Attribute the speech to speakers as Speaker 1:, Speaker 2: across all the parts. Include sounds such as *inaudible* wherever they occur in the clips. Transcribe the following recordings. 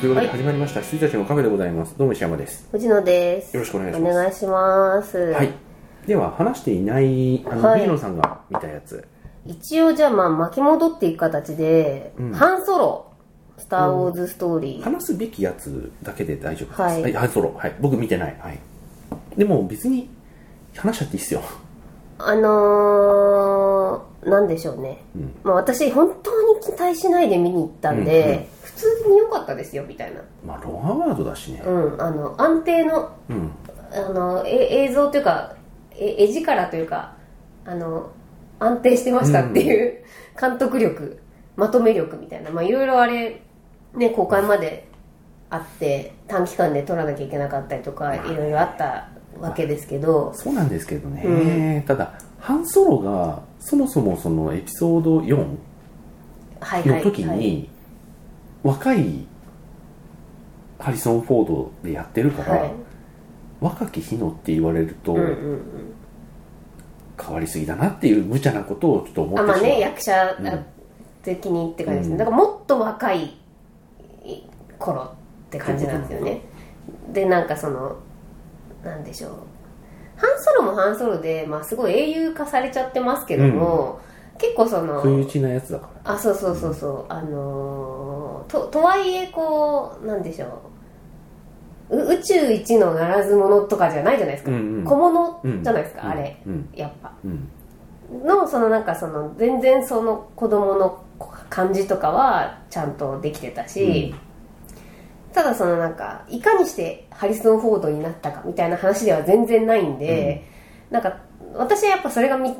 Speaker 1: ということで
Speaker 2: はい
Speaker 1: 始まりました、羊たちのカフェでございます。どうも石山です。
Speaker 2: 藤野です。
Speaker 1: よろしくお願いします
Speaker 2: お願いします。
Speaker 1: はい。では、話していない、あの、
Speaker 2: はい
Speaker 1: ビーノさんが見たやつ。
Speaker 2: 一応じゃあまあ巻き戻っていく形で、
Speaker 1: うん
Speaker 2: ハンソロ、スター・ウォーズ・ストーリー。
Speaker 1: 話すべきやつだけで大丈夫です。は、
Speaker 2: はいい
Speaker 1: はい、ソロ。はい。僕見てない。はい。でも別に、話しちゃっていいっすよ。 *laughs*
Speaker 2: あのー、なんでしょうね。
Speaker 1: うん
Speaker 2: まあ私本当に期待しないで見に行ったんで、
Speaker 1: うんうん
Speaker 2: 普通に良かったですよ、みたいな。
Speaker 1: まあ、ロンアワードだしね。
Speaker 2: うん、あの、安定の、
Speaker 1: うん。
Speaker 2: あの、え映像というか、え絵力というか、あの、安定してましたっていう、監督力、まとめ力みたいな。まあいろいろあれ、ね、公開まであって、短期間で撮らなきゃいけなかったりとか、いろいろあったわけですけど、
Speaker 1: そうなんですけどね。ただ、ハンソロが、そもそもそのエピソード4
Speaker 2: はいは
Speaker 1: の
Speaker 2: い。
Speaker 1: 時に、
Speaker 2: はい
Speaker 1: 若いハリソン・フォードでやってるから、
Speaker 2: はい。
Speaker 1: 若き日のって言われると、
Speaker 2: うんうん
Speaker 1: 変わりすぎだなっていう無茶なことをちょっと思
Speaker 2: う
Speaker 1: っ
Speaker 2: ん。
Speaker 1: て
Speaker 2: あ、
Speaker 1: しま
Speaker 2: ま
Speaker 1: う
Speaker 2: あね、役者
Speaker 1: うん
Speaker 2: 的にって感じですね。
Speaker 1: うん
Speaker 2: だからもっと若い頃って感じなんですよね。で、なんかその、なんでしょう。ハンソロもハンソロで、まあすごい英雄化されちゃってますけども、結構その、
Speaker 1: 不意打ちなやつだから
Speaker 2: あそうそうそうそう、あのーととはいえこうなんでしょうう宇宙一のならず者とかじゃないじゃないですか、
Speaker 1: うんうん
Speaker 2: 小物じゃないですか、
Speaker 1: うん
Speaker 2: あれ
Speaker 1: うん
Speaker 2: やっぱ
Speaker 1: うん
Speaker 2: のそのなんかその全然その子供の感じとかはちゃんとできてたし、ただそのなんかいかにしてハリソン・フォードになったかみたいな話では全然ないんで、なんか私はやっぱそれが見に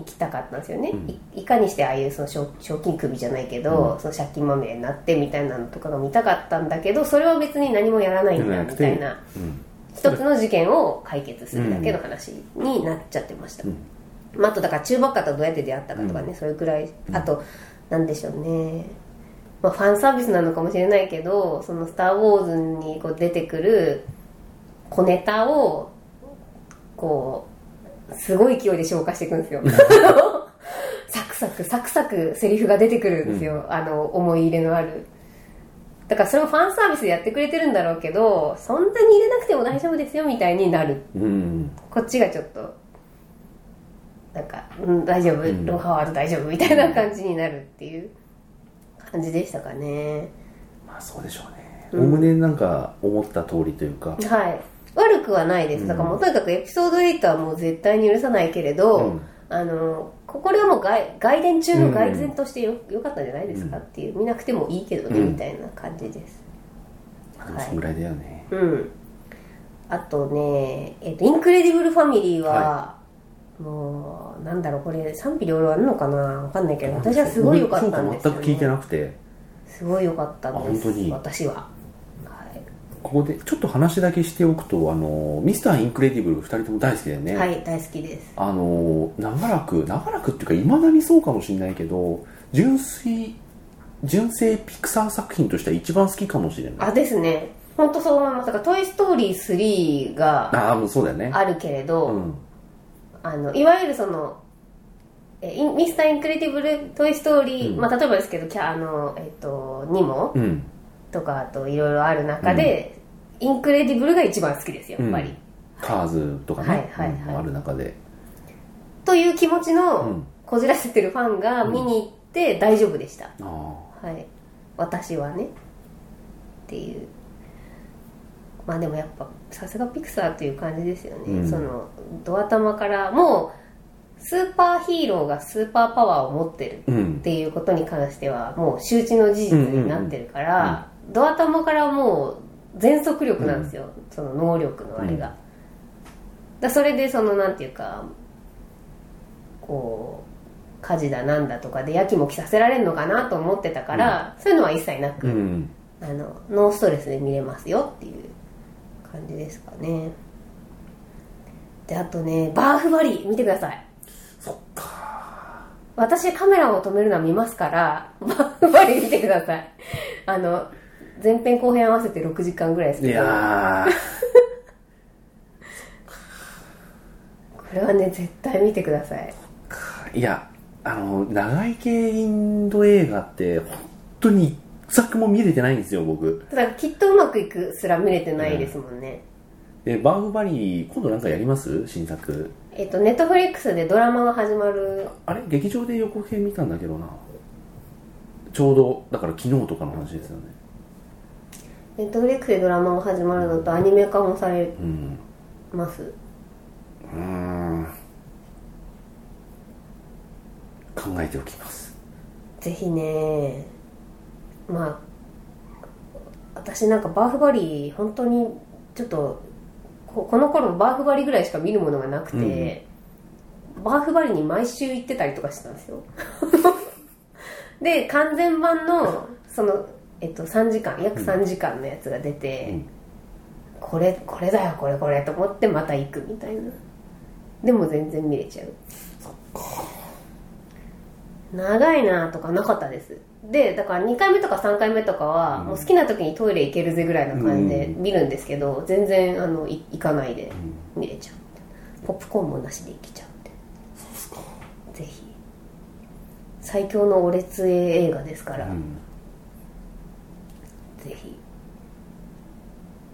Speaker 2: 行きたかったんですよね、
Speaker 1: うん
Speaker 2: いいかにしてああいうその賞賞金首じゃないけど、その借金まみれになってみたいなのとかが見たかったんだけどそれは別に何もやらないん
Speaker 1: じゃ
Speaker 2: だ
Speaker 1: な
Speaker 2: み
Speaker 1: く
Speaker 2: た
Speaker 1: て
Speaker 2: いな
Speaker 1: うん
Speaker 2: 一つの事件を解決するだけの話になっちゃってました、
Speaker 1: うん
Speaker 2: まあ、あとだから中ばっかとどうやって出会ったかとかね、それくらいあとなんでしょうね、まあ、ファンサービスなのかもしれないけど「そのスター・ウォーズ」にこう出てくる小ネタをこうすごい勢いで消化していくんですよ *laughs* サクサクサクサクセリフが出てくるんですよ、あの思い入れのあるだからそれをファンサービスでやってくれてるんだろうけどそんなに入れなくても大丈夫ですよみたいになる
Speaker 1: うん
Speaker 2: こっちがちょっとなんか、うん、大丈夫、
Speaker 1: ん
Speaker 2: ロハワール大丈夫みたいな感じになるっていう感じでしたかね
Speaker 1: まあそうでしょうねおおむねなんか思った通りというか
Speaker 2: はい悪くはないですだからもうとにかくエピソード8はもう絶対に許さないけれど、
Speaker 1: うん
Speaker 2: あのここれはもう外外伝中の外伝としてよ,、よかったんじゃないですかっていう見なくてもいいけどね、
Speaker 1: うん
Speaker 2: みたいな感じです
Speaker 1: でもそんぐらいだよね
Speaker 2: うんあとね、えっと、インクレディブルファミリーは、
Speaker 1: は
Speaker 2: もう、なんだろう、これ賛否両論あるのかなわかんないけど、私はすごい良かったんです
Speaker 1: 評
Speaker 2: よ、
Speaker 1: 価
Speaker 2: ね。
Speaker 1: 全く聞いてなくて
Speaker 2: すごい良かったん
Speaker 1: あ
Speaker 2: です。
Speaker 1: 本当に
Speaker 2: 私は。は
Speaker 1: ここでちょっと話だけしておくとあのミスターインクレディブル2人とも大好きだよね
Speaker 2: い、はい、大好きです。
Speaker 1: あの長らく長らくっていうかいまだにそうかもしれないけど純粋純正ピクサー作品としては一番好きかもしれない
Speaker 2: あ、ですね。本当そう思います。だから、トイ・ストーリー3が
Speaker 1: ああもうそうだよね
Speaker 2: あるけれど、
Speaker 1: うん
Speaker 2: あのいわゆるそのえインミスター・インクレディブル・トイ・ストーリー、
Speaker 1: うん
Speaker 2: まあ、例えばですけど、キャあの、えっと、ニモ
Speaker 1: うん
Speaker 2: とか、あといろいろある中で、インクレディブルが一番好きですよ、やっぱり。
Speaker 1: うんカーズとかね、
Speaker 2: はいはいはい
Speaker 1: うんある中で、
Speaker 2: という気持ち
Speaker 1: う
Speaker 2: の
Speaker 1: ん
Speaker 2: こじらせてるファンが見に行って大丈夫でした、
Speaker 1: ああ
Speaker 2: はい私はねっていうまあでもやっぱさすがピクサーという感じですよね、
Speaker 1: うん
Speaker 2: そのドア玉からもうスーパーヒーローがスーパーパワーを持って
Speaker 1: う
Speaker 2: る
Speaker 1: ん
Speaker 2: っていうことに関してはもう周知の事実になってるから、ドア玉からもう全速力なんですよ、その能力のあれが、
Speaker 1: う
Speaker 2: だそれでそのなんていうかこう火事だなんだとかでやきもきさせられるのかなと思ってたから、そういうのは一切なく、
Speaker 1: うん
Speaker 2: あのノーストレスで見れますよっていう感じですかねであとねバーフバリー見てください
Speaker 1: そっか
Speaker 2: 私カメラを止めるのは見ますから、 *laughs* バーバリー見てください。あの、前編後編合わせて6時間ぐらいです
Speaker 1: い
Speaker 2: けど、
Speaker 1: や
Speaker 2: これはね、絶対見てください。
Speaker 1: ーいやあの長い系インド映画って本当に作も見れてないんですよ、僕。
Speaker 2: だからきっとうまくいくすら見れてないですもんね、
Speaker 1: で、バーフバリー、今度なんかやります新作。
Speaker 2: えっとネットフリックスでドラマが始まる
Speaker 1: あれ劇場で予告編見たんだけどな。ちょうど、だから昨日とかの話ですよね。
Speaker 2: ネットフリックスでドラマが始まるのとアニメ化もされ
Speaker 1: うん。
Speaker 2: ます
Speaker 1: うーん。考えておきます。
Speaker 2: ぜひねまあ私なんかバーフバリー本当にちょっとここの頃バーフバリーぐらいしか見るものがなくて、バーフバリーに毎週行ってたりとかしてたんですよで完全版のその、えっと、3時間約3時間のやつが出て、
Speaker 1: うん
Speaker 2: これこれだよこれこれと思ってまた行くみたいなでも全然見れちゃう長いなとかなかったですでだから2回目とか3回目とかは、
Speaker 1: うん
Speaker 2: もう好きな時にトイレ行けるぜぐらいの感じで
Speaker 1: う
Speaker 2: 見るんですけど、全然あのい行かないで見れちゃうポップコーンもなしで行けちゃうってぜひ最強のお列絵映画ですから、
Speaker 1: うん。
Speaker 2: ぜひ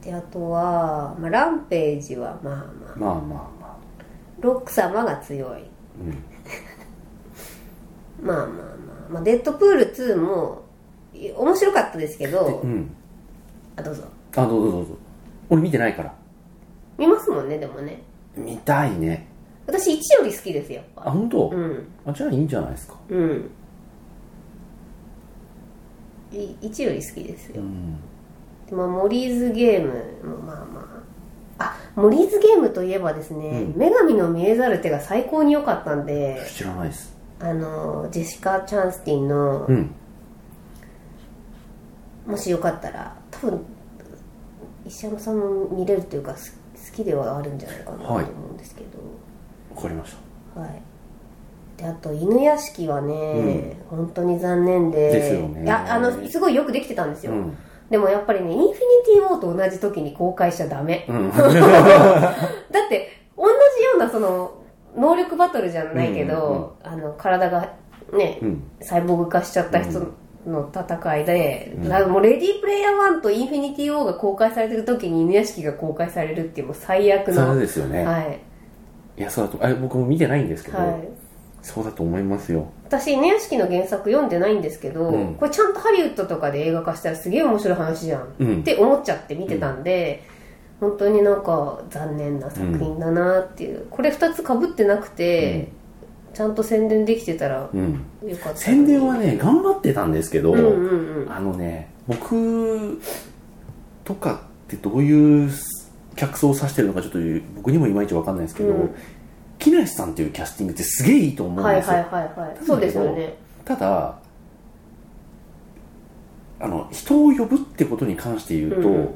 Speaker 2: であとは、まあ、ランページはまあまあ
Speaker 1: まあまあま
Speaker 2: ロック様が強い
Speaker 1: あ。うん。
Speaker 2: *laughs* まあまあまあ、まあ、デッドプール2もい面白かったですけど、
Speaker 1: うん。
Speaker 2: あどうぞ
Speaker 1: あ、どうぞどうぞ。俺見てないから。
Speaker 2: 見ますもんねでもね
Speaker 1: 見たいね。
Speaker 2: 私1より好きですやっ
Speaker 1: あ、
Speaker 2: ぱ
Speaker 1: 本当、
Speaker 2: うん
Speaker 1: あ、じゃあいいんじゃないですか。
Speaker 2: うん1より好きですよ、
Speaker 1: ん
Speaker 2: でまあ、モリーズゲームもまあまああモリーズゲームといえばですね、
Speaker 1: うん
Speaker 2: 女神の見えざる手が最高に良かったんで
Speaker 1: 知らないです。
Speaker 2: あのジェシカ・チャンスティンの、
Speaker 1: うん。
Speaker 2: もしよかったら多分石山さんも見れるというかす好きではあるんじゃないかなと思
Speaker 1: はい
Speaker 2: うんですけど、
Speaker 1: わかりました。
Speaker 2: はいであと犬屋敷はね、本当に残念で
Speaker 1: ですよね
Speaker 2: いやあのすごいよくできてたんですよ、
Speaker 1: うん。
Speaker 2: でもやっぱりねインフィニティ・ウォーと同じ時に公開しちゃダメ
Speaker 1: うん。
Speaker 2: *laughs* だって同じようなその能力バトルじゃないけど、あの体がね、
Speaker 1: うん。
Speaker 2: サイボーグ化しちゃった人の戦いで、
Speaker 1: うん
Speaker 2: だからもうレディープレイヤー1とインフィニティ・ウォーが公開されてる時に犬屋敷が公開されるっていうもう最悪の、
Speaker 1: そ
Speaker 2: は
Speaker 1: う
Speaker 2: い
Speaker 1: ですよね。
Speaker 2: はい
Speaker 1: いや、そうだと、あれ僕も見てないんですけど、そうだと思いますよ。
Speaker 2: 私犬屋敷の原作読んでないんですけど、
Speaker 1: うん
Speaker 2: これちゃんとハリウッドとかで映画化したらすげえ面白い話じゃんっ
Speaker 1: うん。
Speaker 2: て思っちゃって見てたんで、本当になんか残念な作品だなっていう、これ2つかぶってなくて、ちゃんと宣伝できてたらよ
Speaker 1: うん。
Speaker 2: かった
Speaker 1: *laughs* 宣伝はね、頑張ってたんですけど、
Speaker 2: うんうんうん
Speaker 1: あのね、僕とかってどういう客層を指してるのかちょっと僕にもいまいちわかんないですけど、
Speaker 2: うん
Speaker 1: 木梨さんっていうキャスティングってすげえいいと思うん
Speaker 2: は
Speaker 1: で
Speaker 2: い
Speaker 1: すよ。
Speaker 2: はいはいはいそうですよね
Speaker 1: ただあの人を呼ぶってことに関して言うと、
Speaker 2: うんうん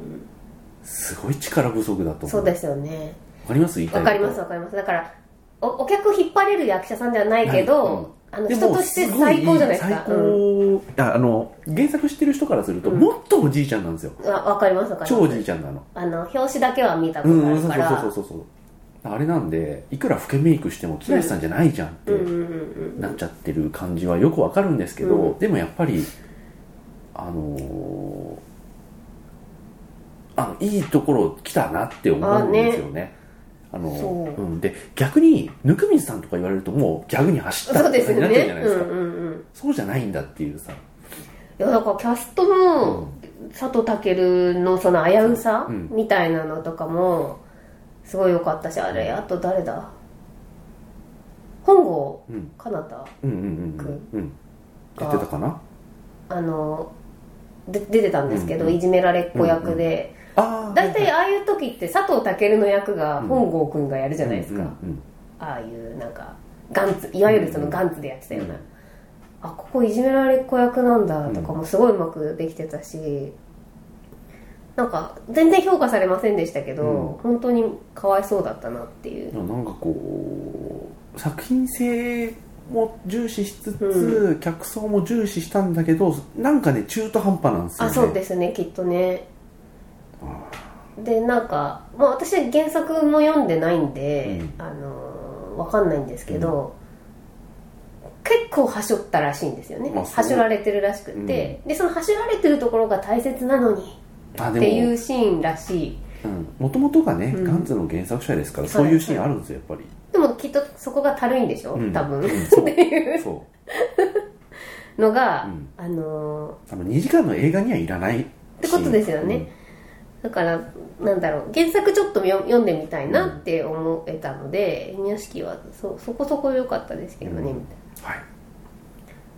Speaker 1: すごい力不足だと思う
Speaker 2: そうですよね
Speaker 1: わかります言いたい
Speaker 2: わ
Speaker 1: こと
Speaker 2: かりますわかりますだからおお客を引っ張れる役者さんではないけど、あの
Speaker 1: で
Speaker 2: 人
Speaker 1: も
Speaker 2: として
Speaker 1: すご
Speaker 2: 最高じゃないですか
Speaker 1: 最高、ああの原作知ってる人からすると、
Speaker 2: うん
Speaker 1: もっとおじいちゃんなんですよ
Speaker 2: うん、わわかりますわかり
Speaker 1: 超お
Speaker 2: ま
Speaker 1: じい
Speaker 2: す
Speaker 1: ちゃんなの
Speaker 2: あの表紙だけは見たこ
Speaker 1: うん
Speaker 2: とあ
Speaker 1: う
Speaker 2: る
Speaker 1: んそう
Speaker 2: か
Speaker 1: そう
Speaker 2: ら
Speaker 1: そうそうそうあれなんでいくら老けメイクしても木梨さんじゃないじゃんって、
Speaker 2: うんうんうん
Speaker 1: なっちゃってる感じはよくわかるんですけど、
Speaker 2: う
Speaker 1: でもやっぱりあのーあのいいところ来たなって思うんですよね。あの、
Speaker 2: そうん
Speaker 1: で逆に温水さんとか言われるともうギャグに走った
Speaker 2: そう
Speaker 1: って
Speaker 2: です
Speaker 1: 感
Speaker 2: よ
Speaker 1: じになっちゃうじゃ
Speaker 2: ね
Speaker 1: ないで
Speaker 2: う
Speaker 1: すか、
Speaker 2: んうんうん
Speaker 1: そうじゃないんだっていうさ、
Speaker 2: いやだからキャストも、佐藤健のその危うさ、
Speaker 1: うん
Speaker 2: みたいなのとかもすごい良かったしあれあと誰だ本郷
Speaker 1: うん、
Speaker 2: かなた
Speaker 1: うんうんうんうんうんやってたかな
Speaker 2: あので出てたんですけど、
Speaker 1: うんうん
Speaker 2: いじめられっ子役で、
Speaker 1: ああ
Speaker 2: 大体ああいう時って佐藤健の役が
Speaker 1: うん
Speaker 2: 本郷君がやるじゃないですか、
Speaker 1: うんうん
Speaker 2: ああいうなんかガンツいわゆるそのガンツでやってたような、あここいじめられっ子役なんだとかもすごいうまくできてたし、なんか全然評価されませんでしたけど、
Speaker 1: うん
Speaker 2: 本当にかわいそうだったなっていう
Speaker 1: でもなんかこう作品性も重視しつつ、客層も重視したんだけどなんかね中途半端なんですよ
Speaker 2: あ
Speaker 1: ね
Speaker 2: そうですねきっとねでなんか、まあ、私は原作も読んでないんで、あのーわかんないんですけど、結構はしょったらしいんですよね、
Speaker 1: まあそう
Speaker 2: はしょられてるらしくて、でそのはしょられてるところが大切なのに
Speaker 1: あ
Speaker 2: ってい
Speaker 1: で
Speaker 2: うシーンらしい
Speaker 1: ももともとがね、
Speaker 2: うん
Speaker 1: ガンズの原作者ですから
Speaker 2: そう
Speaker 1: そう
Speaker 2: です
Speaker 1: いうシーンあるんですよやっぱり
Speaker 2: でもきっとそこがたるいんでしょ、
Speaker 1: うん
Speaker 2: 多分、 *laughs*
Speaker 1: うんそう
Speaker 2: っていう
Speaker 1: そ
Speaker 2: のが、
Speaker 1: うん
Speaker 2: あのー
Speaker 1: うあの2時間の映画にはいらないって
Speaker 2: ことですよね、だからなんだろう原作ちょっと読読んでみたいなって思えたので宮式はそそこそこ良かったですけどね、
Speaker 1: うん
Speaker 2: みたい
Speaker 1: はい、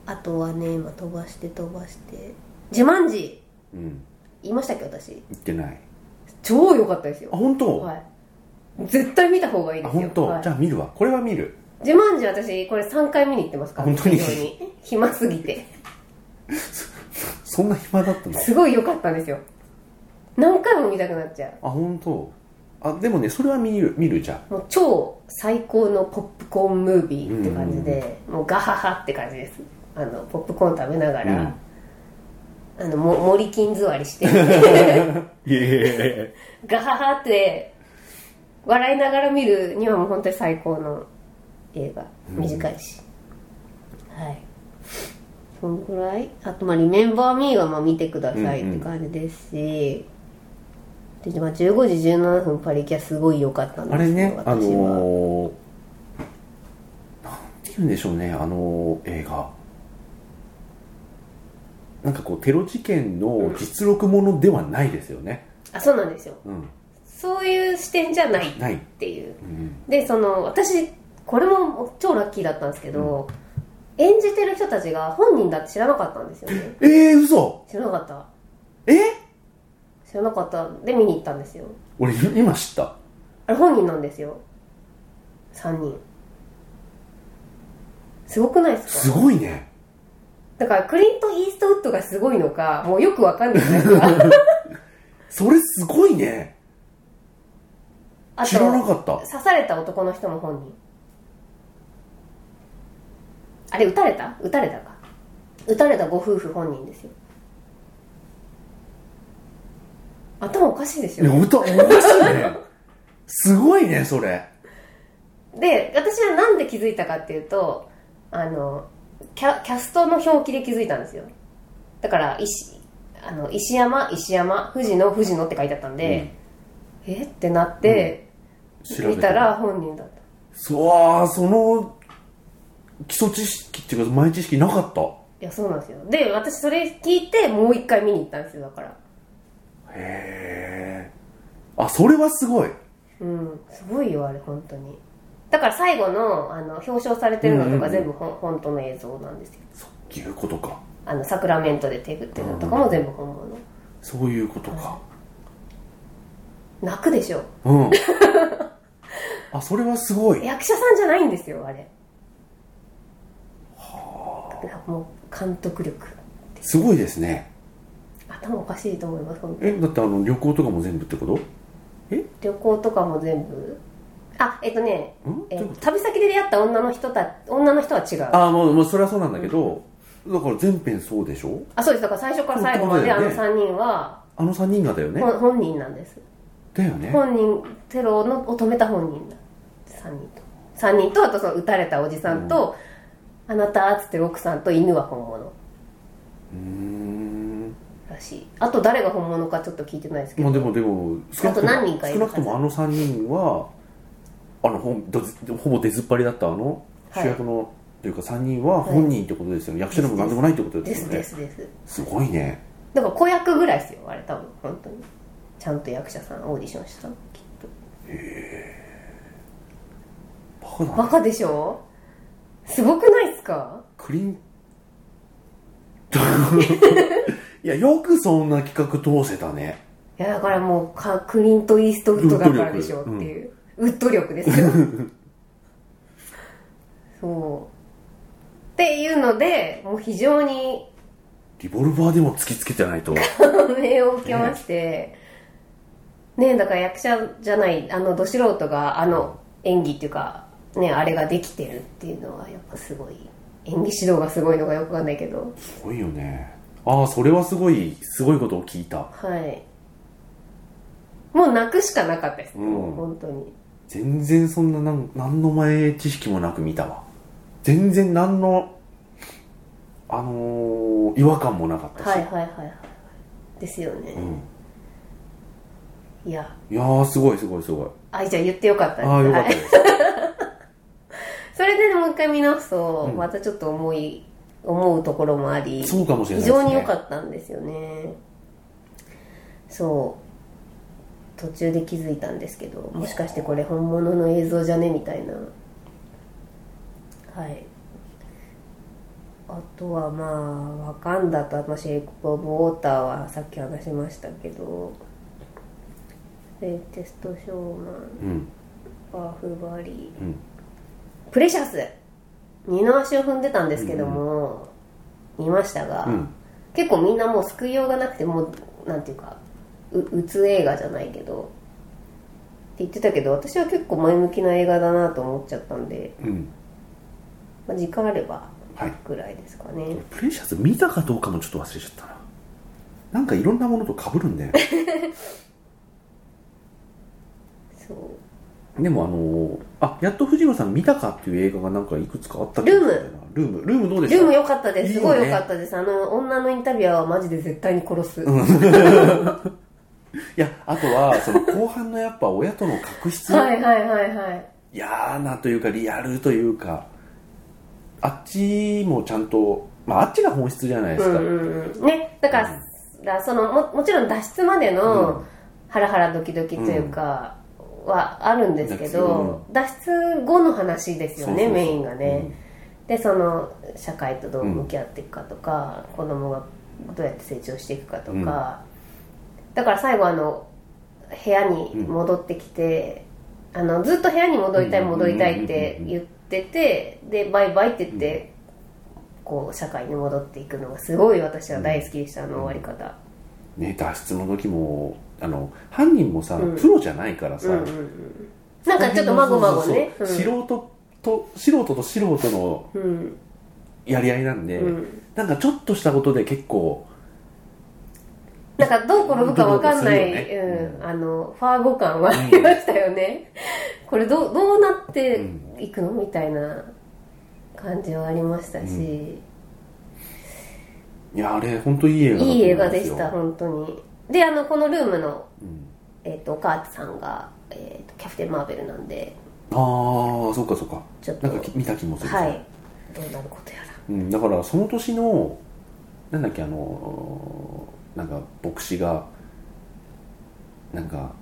Speaker 2: なあとはね今飛ばして飛ばして「ジュマンジ
Speaker 1: うん、」
Speaker 2: 言いましたっけ私
Speaker 1: 言ってない
Speaker 2: 超良かったですよ
Speaker 1: あ本当、
Speaker 2: はい絶対見た方がい
Speaker 1: あ
Speaker 2: いですよ
Speaker 1: 本当、
Speaker 2: はい
Speaker 1: じゃあ見るわこれは見る
Speaker 2: ジュマンジ私これ3回見に行ってますから
Speaker 1: 本当に
Speaker 2: 非常に暇すぎて
Speaker 1: そんな暇だったの
Speaker 2: すごい良かったんですよ何回も見たくなっちゃう
Speaker 1: あ本当あでもねそれは見る見るじゃ
Speaker 2: *laughs*
Speaker 1: ん
Speaker 2: もう超最高のポップコーンムービーって感じで、もうガハハって感じですあのポップコーン食べながら、あのも森金座りして
Speaker 1: *laughs* いえいえいえ
Speaker 2: ガハハって笑いながら見るにはもう本当に最高の映画短いし、はいそのぐらいあとまあ「リメンバー・ミー」はまあ見てくださいって感じですし、でまあ、15時17分パリキャすごい良かったんで
Speaker 1: あ
Speaker 2: す
Speaker 1: れ
Speaker 2: よ
Speaker 1: ねあの
Speaker 2: 私は、
Speaker 1: ー、なんて言うんでしょうねあのー映画なんかこうテロ事件の実録ものではないですよね
Speaker 2: あそうなんですよ
Speaker 1: うん
Speaker 2: そういう視点じゃないっ
Speaker 1: ない、
Speaker 2: ていう
Speaker 1: うん、
Speaker 2: でその私これも超ラッキーだったんですけど、演じてる人たちが本人だって知らなかったんですよね
Speaker 1: えー、嘘
Speaker 2: 知らなかった
Speaker 1: え
Speaker 2: 知らなかったで見に行ったんですよ
Speaker 1: 俺今知った
Speaker 2: あれ本人なんですよ3人すごくないですか
Speaker 1: すごいね
Speaker 2: だからクリント・イーストウッドがすごいのかもうよくわかんないのか
Speaker 1: それすごいね *laughs*
Speaker 2: あ
Speaker 1: 知らな
Speaker 2: と
Speaker 1: かった
Speaker 2: 刺された男の人も本人あれ撃たれた撃たれたか撃たれたご夫婦本人ですよ頭おかしいでし
Speaker 1: いや
Speaker 2: ょ
Speaker 1: 歌おかしいねすごいねそれ
Speaker 2: で私はなんで気づいたかっていうとあのキャキャストの表記で気づいたんですよだから石あの石山石山富士野富士野って書いてあったんで、えってなって、
Speaker 1: 調べ
Speaker 2: 見たら本人だった
Speaker 1: そうわーその基礎知識っていうか前知識なかった
Speaker 2: いやそうなんですよで私それ聞いてもう一回見に行ったんですよだから
Speaker 1: へえあそれはすごい
Speaker 2: うんすごいよあれ本当にだから最後のあの表彰されてるのとか
Speaker 1: うんうんうん
Speaker 2: 全部ほん、本当の映像なんですよ
Speaker 1: そういうことか
Speaker 2: あのサクラメントで手振ってるのとかも全部本物、
Speaker 1: そういうことか
Speaker 2: 泣くでしょ
Speaker 1: うん *laughs* あそれはすごい
Speaker 2: 役者さんじゃないんですよあれはあもう監督力
Speaker 1: すごいですね
Speaker 2: 頭おかしいと思います本当に
Speaker 1: えだってあの旅行とかも全部ってこと
Speaker 2: 旅行とかも全部あえっとね、
Speaker 1: んどう
Speaker 2: え
Speaker 1: いう
Speaker 2: っ
Speaker 1: こと
Speaker 2: と旅先で出会った女の人た女の人は違う
Speaker 1: ああもうもうそれはそうなんだけど、だから全編そうでしょ
Speaker 2: あそうですだから最初から最後まで
Speaker 1: そう
Speaker 2: あ
Speaker 1: だよ
Speaker 2: の
Speaker 1: ね
Speaker 2: 3人は
Speaker 1: あの3人がだよね
Speaker 2: 本本人なんです
Speaker 1: だよね
Speaker 2: 本人テロのを止めた本人だ3人と3人とあとその撃たれたおじさんと、あなたっつってる奥さんと犬は本物
Speaker 1: うーん
Speaker 2: らしいあと誰が本物かちょっと聞いてないですけど、
Speaker 1: まあでもでも少なくとも
Speaker 2: あと何人かいる
Speaker 1: 少なくともあの3人はあのほんどほぼ出ずっぱりだったあの
Speaker 2: はい
Speaker 1: 主役の、というか3人は本人ってことですよね、役者でも何でもないってことで
Speaker 2: ですす
Speaker 1: よ
Speaker 2: で
Speaker 1: ね
Speaker 2: すです
Speaker 1: すごいね
Speaker 2: だから子役ぐらいですよあれ多分本当にちゃんと役者さんオーディションしたのきっ
Speaker 1: バカだ
Speaker 2: と
Speaker 1: な
Speaker 2: バカでしょすごくないっすか
Speaker 1: クリン *laughs* いやよくそんな企画通せたね
Speaker 2: いやだからもうかクリント・イーストウッドだからでしょっていうウッド力ですよそうっていうのでもう非常に *laughs*
Speaker 1: リボルバーでも突きつけてないと
Speaker 2: 感銘を受けましてねえだから役者じゃないあのど素人があの演技っていうかねあれができてるっていうのはやっぱすごい演技指導がすごいのがよくわかんないけど
Speaker 1: すごいよねああそれはすごいすごいことを聞いた
Speaker 2: はいもう泣くしかなかったです、
Speaker 1: うん
Speaker 2: もう本当に
Speaker 1: 全然そんななん何の前知識もなく見たわ全然何のあのー違和感もなかったし、
Speaker 2: はいはいはいはいですよね、
Speaker 1: うん、
Speaker 2: いや
Speaker 1: いやーすごいすごいすごい
Speaker 2: 愛ちゃん言ってよかったです
Speaker 1: ああよかった
Speaker 2: は
Speaker 1: で
Speaker 2: い
Speaker 1: す
Speaker 2: それでもう一回見直すと、
Speaker 1: うん
Speaker 2: またちょっと思い思うところもあり
Speaker 1: そうかもしれない
Speaker 2: 非
Speaker 1: ですね
Speaker 2: 常に良かったんですよねそう途中で気づいたんですけどもしかしてこれ本物の映像じゃねみたいなはいあとはまあワカンダとまあシェイク・オブ・ウォーターはさっき話しましたけどレイテスト・ショーマン
Speaker 1: うん
Speaker 2: バーフバリー、
Speaker 1: うん
Speaker 2: プレシャス二の足を踏んでたんですけども、見ましたが、
Speaker 1: うん
Speaker 2: 結構みんなもう救いようがなくてもうなんていうかううつ映画じゃないけどって言ってたけど私は結構前向きな映画だなと思っちゃったんで、
Speaker 1: うん
Speaker 2: まあ、時間あれば
Speaker 1: はい
Speaker 2: ぐらいですかね、
Speaker 1: プレシャス見たかどうかもちょっと忘れちゃったななんかいろんなものと被るんだよ
Speaker 2: *laughs*
Speaker 1: ね
Speaker 2: そう
Speaker 1: でもあのーあやっと藤野さん見たかっていう映画がなんかいくつかあったけ
Speaker 2: ルー
Speaker 1: ど
Speaker 2: ム
Speaker 1: ルームルームどうでした
Speaker 2: ルーム良かったです
Speaker 1: いい
Speaker 2: す
Speaker 1: よね
Speaker 2: ごい良かったですあの女のインタビュアーはマジで絶対に殺す、
Speaker 1: いやあとはその後半のやっぱ親との確執、
Speaker 2: はいはいはいはい
Speaker 1: 嫌なというかリアルというかあっちもちゃんと、まあ、あっちが本質じゃないですか、
Speaker 2: うんうんうん、ねだから,、そのももちろん脱出まで
Speaker 1: う
Speaker 2: の
Speaker 1: ん
Speaker 2: ハラハラドキドキというか、はあるんですけど、脱出後の話ですよ
Speaker 1: そ
Speaker 2: ね
Speaker 1: うそうそう
Speaker 2: メインがね、でその社会とどう向き合っていくかとか、子供がどうやって成長していくかとか、
Speaker 1: うん
Speaker 2: だから最後あの部屋に戻ってきて、あのずっと部屋に戻りたい
Speaker 1: うん
Speaker 2: 戻りたいって言っててでバイバイって言って、こう社会に戻っていくのがすごい私は大好きでした、あの終わり方、
Speaker 1: ね、脱出の時もあの犯人もさ、
Speaker 2: うん
Speaker 1: プロじゃないからさ、
Speaker 2: うんうんうんなんかちょっとまごまごね
Speaker 1: そうそうそう素人と素人と素人の
Speaker 2: うんうん
Speaker 1: やり合いなんで、
Speaker 2: うん
Speaker 1: なんかちょっとしたことで結構
Speaker 2: なんかどう転ぶかわかんない、
Speaker 1: どう転ぶかするよね
Speaker 2: うん、あのファーゴ感はありましたよね、これどうどうなっていくのみたいな感じはありましたし、
Speaker 1: いやあれ本当いい映画だと思
Speaker 2: いい映画
Speaker 1: うん
Speaker 2: です
Speaker 1: よ
Speaker 2: した本当にであのこのルームの、
Speaker 1: うん
Speaker 2: えっとお母さんが、えっとキャプテン・マーベルなんで
Speaker 1: ああそうかそうか
Speaker 2: ちょっと
Speaker 1: なんかき見た気もするし
Speaker 2: はいどうなることや
Speaker 1: うん、だからその年のなんだっけあのーなんか牧師がなんか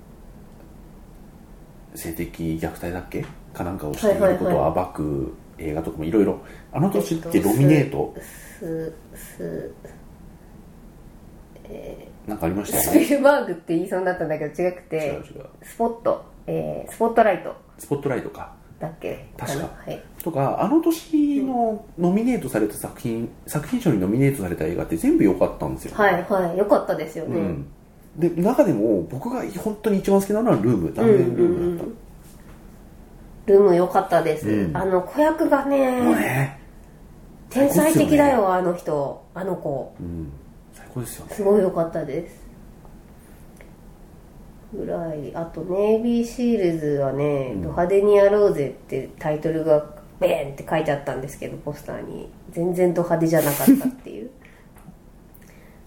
Speaker 1: 性的虐待だっけかなんかをしていることを暴く映画とかもいろいろあの年ってロミネート
Speaker 2: らすす
Speaker 1: なんかありました
Speaker 2: ス
Speaker 1: よね
Speaker 2: ピルバーグって言いそうになったんだけど違く
Speaker 1: 違う違
Speaker 2: て
Speaker 1: う
Speaker 2: スポット、えースポットライト
Speaker 1: スポットライトか
Speaker 2: だっけ
Speaker 1: 確か
Speaker 2: なはい、
Speaker 1: とかあの年のノミネートされた作品作品賞にノミネートされた映画って全部良かったんですよ、
Speaker 2: はいはいよかったですよ
Speaker 1: う
Speaker 2: ね、
Speaker 1: ん、で中でも僕が本当に一番好きなのはルーム断
Speaker 2: うん
Speaker 1: 然
Speaker 2: うん
Speaker 1: ルームだ
Speaker 2: う
Speaker 1: っ
Speaker 2: んルーム良かったです、
Speaker 1: うん
Speaker 2: あの子役が
Speaker 1: た、もう
Speaker 2: ね
Speaker 1: ね
Speaker 2: 天才的だ
Speaker 1: 最高っすよ
Speaker 2: よあの人あの子
Speaker 1: うん、最高ですよね
Speaker 2: すごい良かったですぐらいあと「ネイビーシールズ」はね「
Speaker 1: うん
Speaker 2: ド派手にやろうぜ」ってタイトルがベーンって書いてあったんですけどポスターに全然ド派手じゃなかったって
Speaker 1: *laughs*
Speaker 2: いう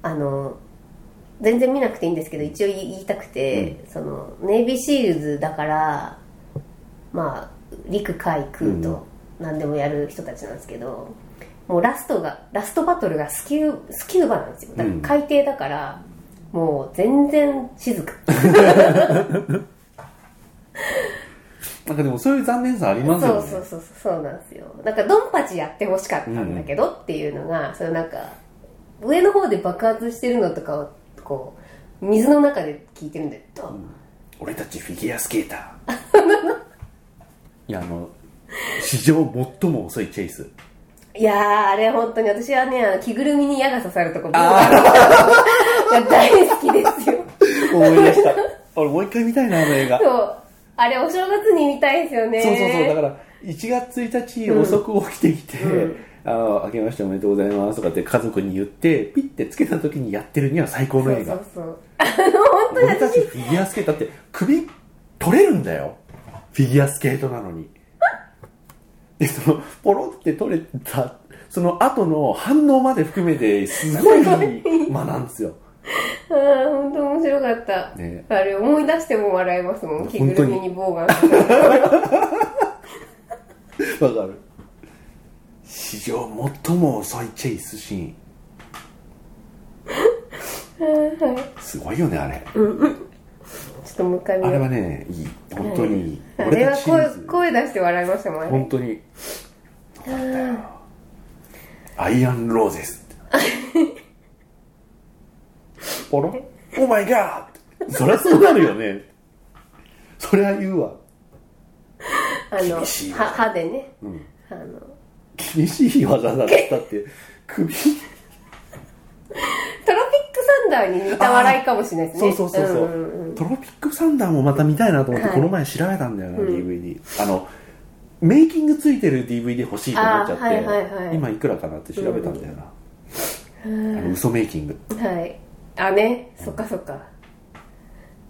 Speaker 2: あの全然見なくていいんですけど一応言いたくて、そのネイビーシールズだからまあ陸海空と何でもやる人たちなんですけど、もうラストがラストバトルがスキュースキューバなんですよだから海底だから、もう全然静か
Speaker 1: なんかでもそういう残念さありますよね
Speaker 2: *laughs* そうそうそうそうそうなんですよなんかドンパチやってほしかったんだけどっていうのが、そのなんか上の方で爆発してるのとかをこう水の中で聞いてるんでドン、
Speaker 1: 俺たちフィギュアスケーターいやあの史上最も遅いチェイス
Speaker 2: いやーあれ本当に私はねあの着ぐるみに矢が刺さるとこが大好きで
Speaker 1: *laughs*
Speaker 2: すよ
Speaker 1: 思い出した俺もう一回見たいなあの映画
Speaker 2: そうあれお正月に見たいですよね
Speaker 1: そうそうそうだから1月1日遅く起きてきて、
Speaker 2: うん
Speaker 1: あの明けましておめでとうございますとかって家族に言ってピッてつけた時にやってるには最高の映
Speaker 2: そ
Speaker 1: 画
Speaker 2: うそうそうあの本当に
Speaker 1: 俺た
Speaker 2: 私
Speaker 1: ちフィギュアスケーターって首取れるんだよフィギュアスケートなのにでそのポロって取れたその後の反応まで含めて、すごい間なんですよ。
Speaker 2: ああ本当面白かった、
Speaker 1: ね
Speaker 2: あれ思い出しても笑えますもん
Speaker 1: ね
Speaker 2: 着ぐるみにボーガンする
Speaker 1: わかる。史上最も遅いチェイスシーン。すごいよね、あれ。
Speaker 2: ちょっともう一回見
Speaker 1: あれ
Speaker 2: よう
Speaker 1: はね、いい。本当にいい。
Speaker 2: あれは
Speaker 1: シリーズ
Speaker 2: 声声出して笑いましたもんあれ
Speaker 1: 本当によかったよアイアンローゼスポロオーマイガーそりゃそうなるよねそりゃ言うわ
Speaker 2: あの
Speaker 1: 厳しい
Speaker 2: は歯でね、あの
Speaker 1: 厳しい技だったって首
Speaker 2: トロピックサンダーに似た笑いかもしれないです
Speaker 1: そ
Speaker 2: ね
Speaker 1: うそうそうそう、
Speaker 2: んんうん
Speaker 1: トロピックサンダーもまた見たいなと思って、
Speaker 2: はい
Speaker 1: この前調べたんだよな、DVD あのメイキングついてる DVD 欲しいと思っちゃって、
Speaker 2: あーはいはいはい
Speaker 1: 今いくらかなって調べたんだよな、あの嘘メイキング
Speaker 2: はいあねそっかそっか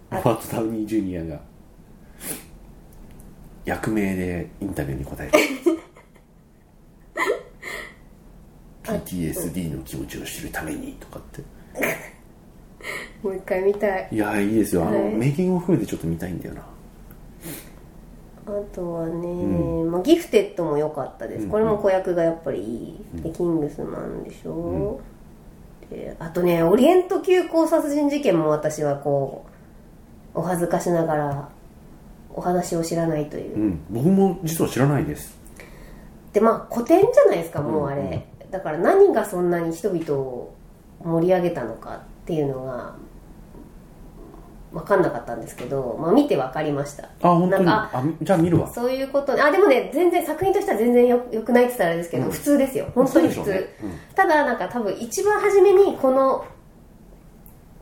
Speaker 1: ロバート・ダウニー・ジュニアが役名でインタビューに答え
Speaker 2: *laughs*
Speaker 1: てます PTSD の気持ちを知るためにとかって
Speaker 2: もう一回見たい
Speaker 1: いやいいですよあの、
Speaker 2: はい
Speaker 1: メイキングを含めてちょっと見たいんだよな
Speaker 2: あとはね、まあ、ギフテッドも良かったです、これも子役がやっぱりいいでキングスマンでしょ、であとねオリエント急行殺人事件も私はこうお恥ずかしながらお話を知らないというう、
Speaker 1: ん僕も実は知らないです
Speaker 2: でまあ古典じゃないですかもうあれ、だから何がそんなに人々を盛り上げたのかっていうのが分かんなかったんですけど、まあ、見て分かりました
Speaker 1: あ本当に
Speaker 2: なん
Speaker 1: あ
Speaker 2: か
Speaker 1: じゃあ見るわ
Speaker 2: そういうことあでもね全然作品としては全然よよくないって言ったらあれですけど、普通ですよ本当に普
Speaker 1: そう
Speaker 2: 通、
Speaker 1: でしょうね
Speaker 2: ただなんか多分一番初めにこの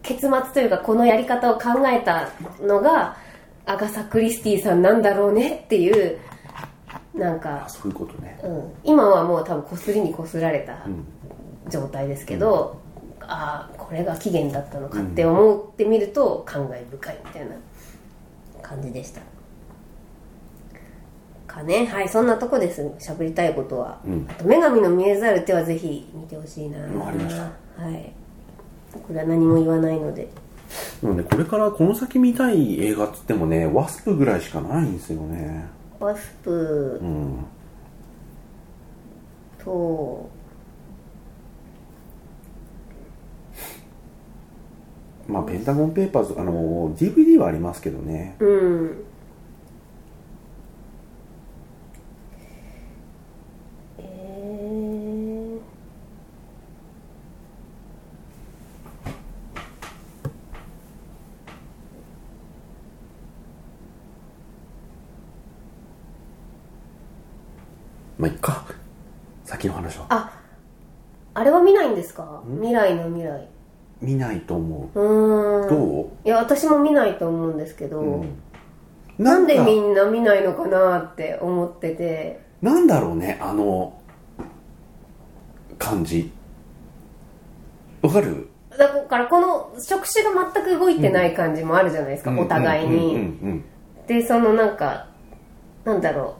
Speaker 2: 結末というかこのやり方を考えたのがアガサ・クリスティさんなんだろうねっていうなんか
Speaker 1: あそういうことね
Speaker 2: うん、今はもう多分こすりにこすられた状態ですけど、ああこれが起源だったのかって思ってみると感慨深いみたいな感じでしたかねはいそんなとこです喋りたいことは、
Speaker 1: うん
Speaker 2: あと「女神の見えざる手」はぜひ見てほしいな
Speaker 1: わかりました
Speaker 2: はいこれは何も言わないので
Speaker 1: でもねこれからこの先見たい映画っつってもねワスプぐらいしかないんですよね
Speaker 2: ワスプ
Speaker 1: うん
Speaker 2: と
Speaker 1: まあペンタゴンペーパーズあの DVD はありますけどね
Speaker 2: うんえー
Speaker 1: まあいっか先の話は
Speaker 2: あれは見ないんですか未来の未来
Speaker 1: 見ないと思
Speaker 2: うー
Speaker 1: うんど
Speaker 2: いや私も見ないと思うんですけど、
Speaker 1: う、うん、
Speaker 2: なんで
Speaker 1: だ
Speaker 2: みんな見ないのかなって思ってて
Speaker 1: なんだろうねあの感じわかる
Speaker 2: だからこの触手が全く動いてない感じもあるじゃないですか、お互いに、
Speaker 1: うんうん
Speaker 2: でそのなんかなんだろ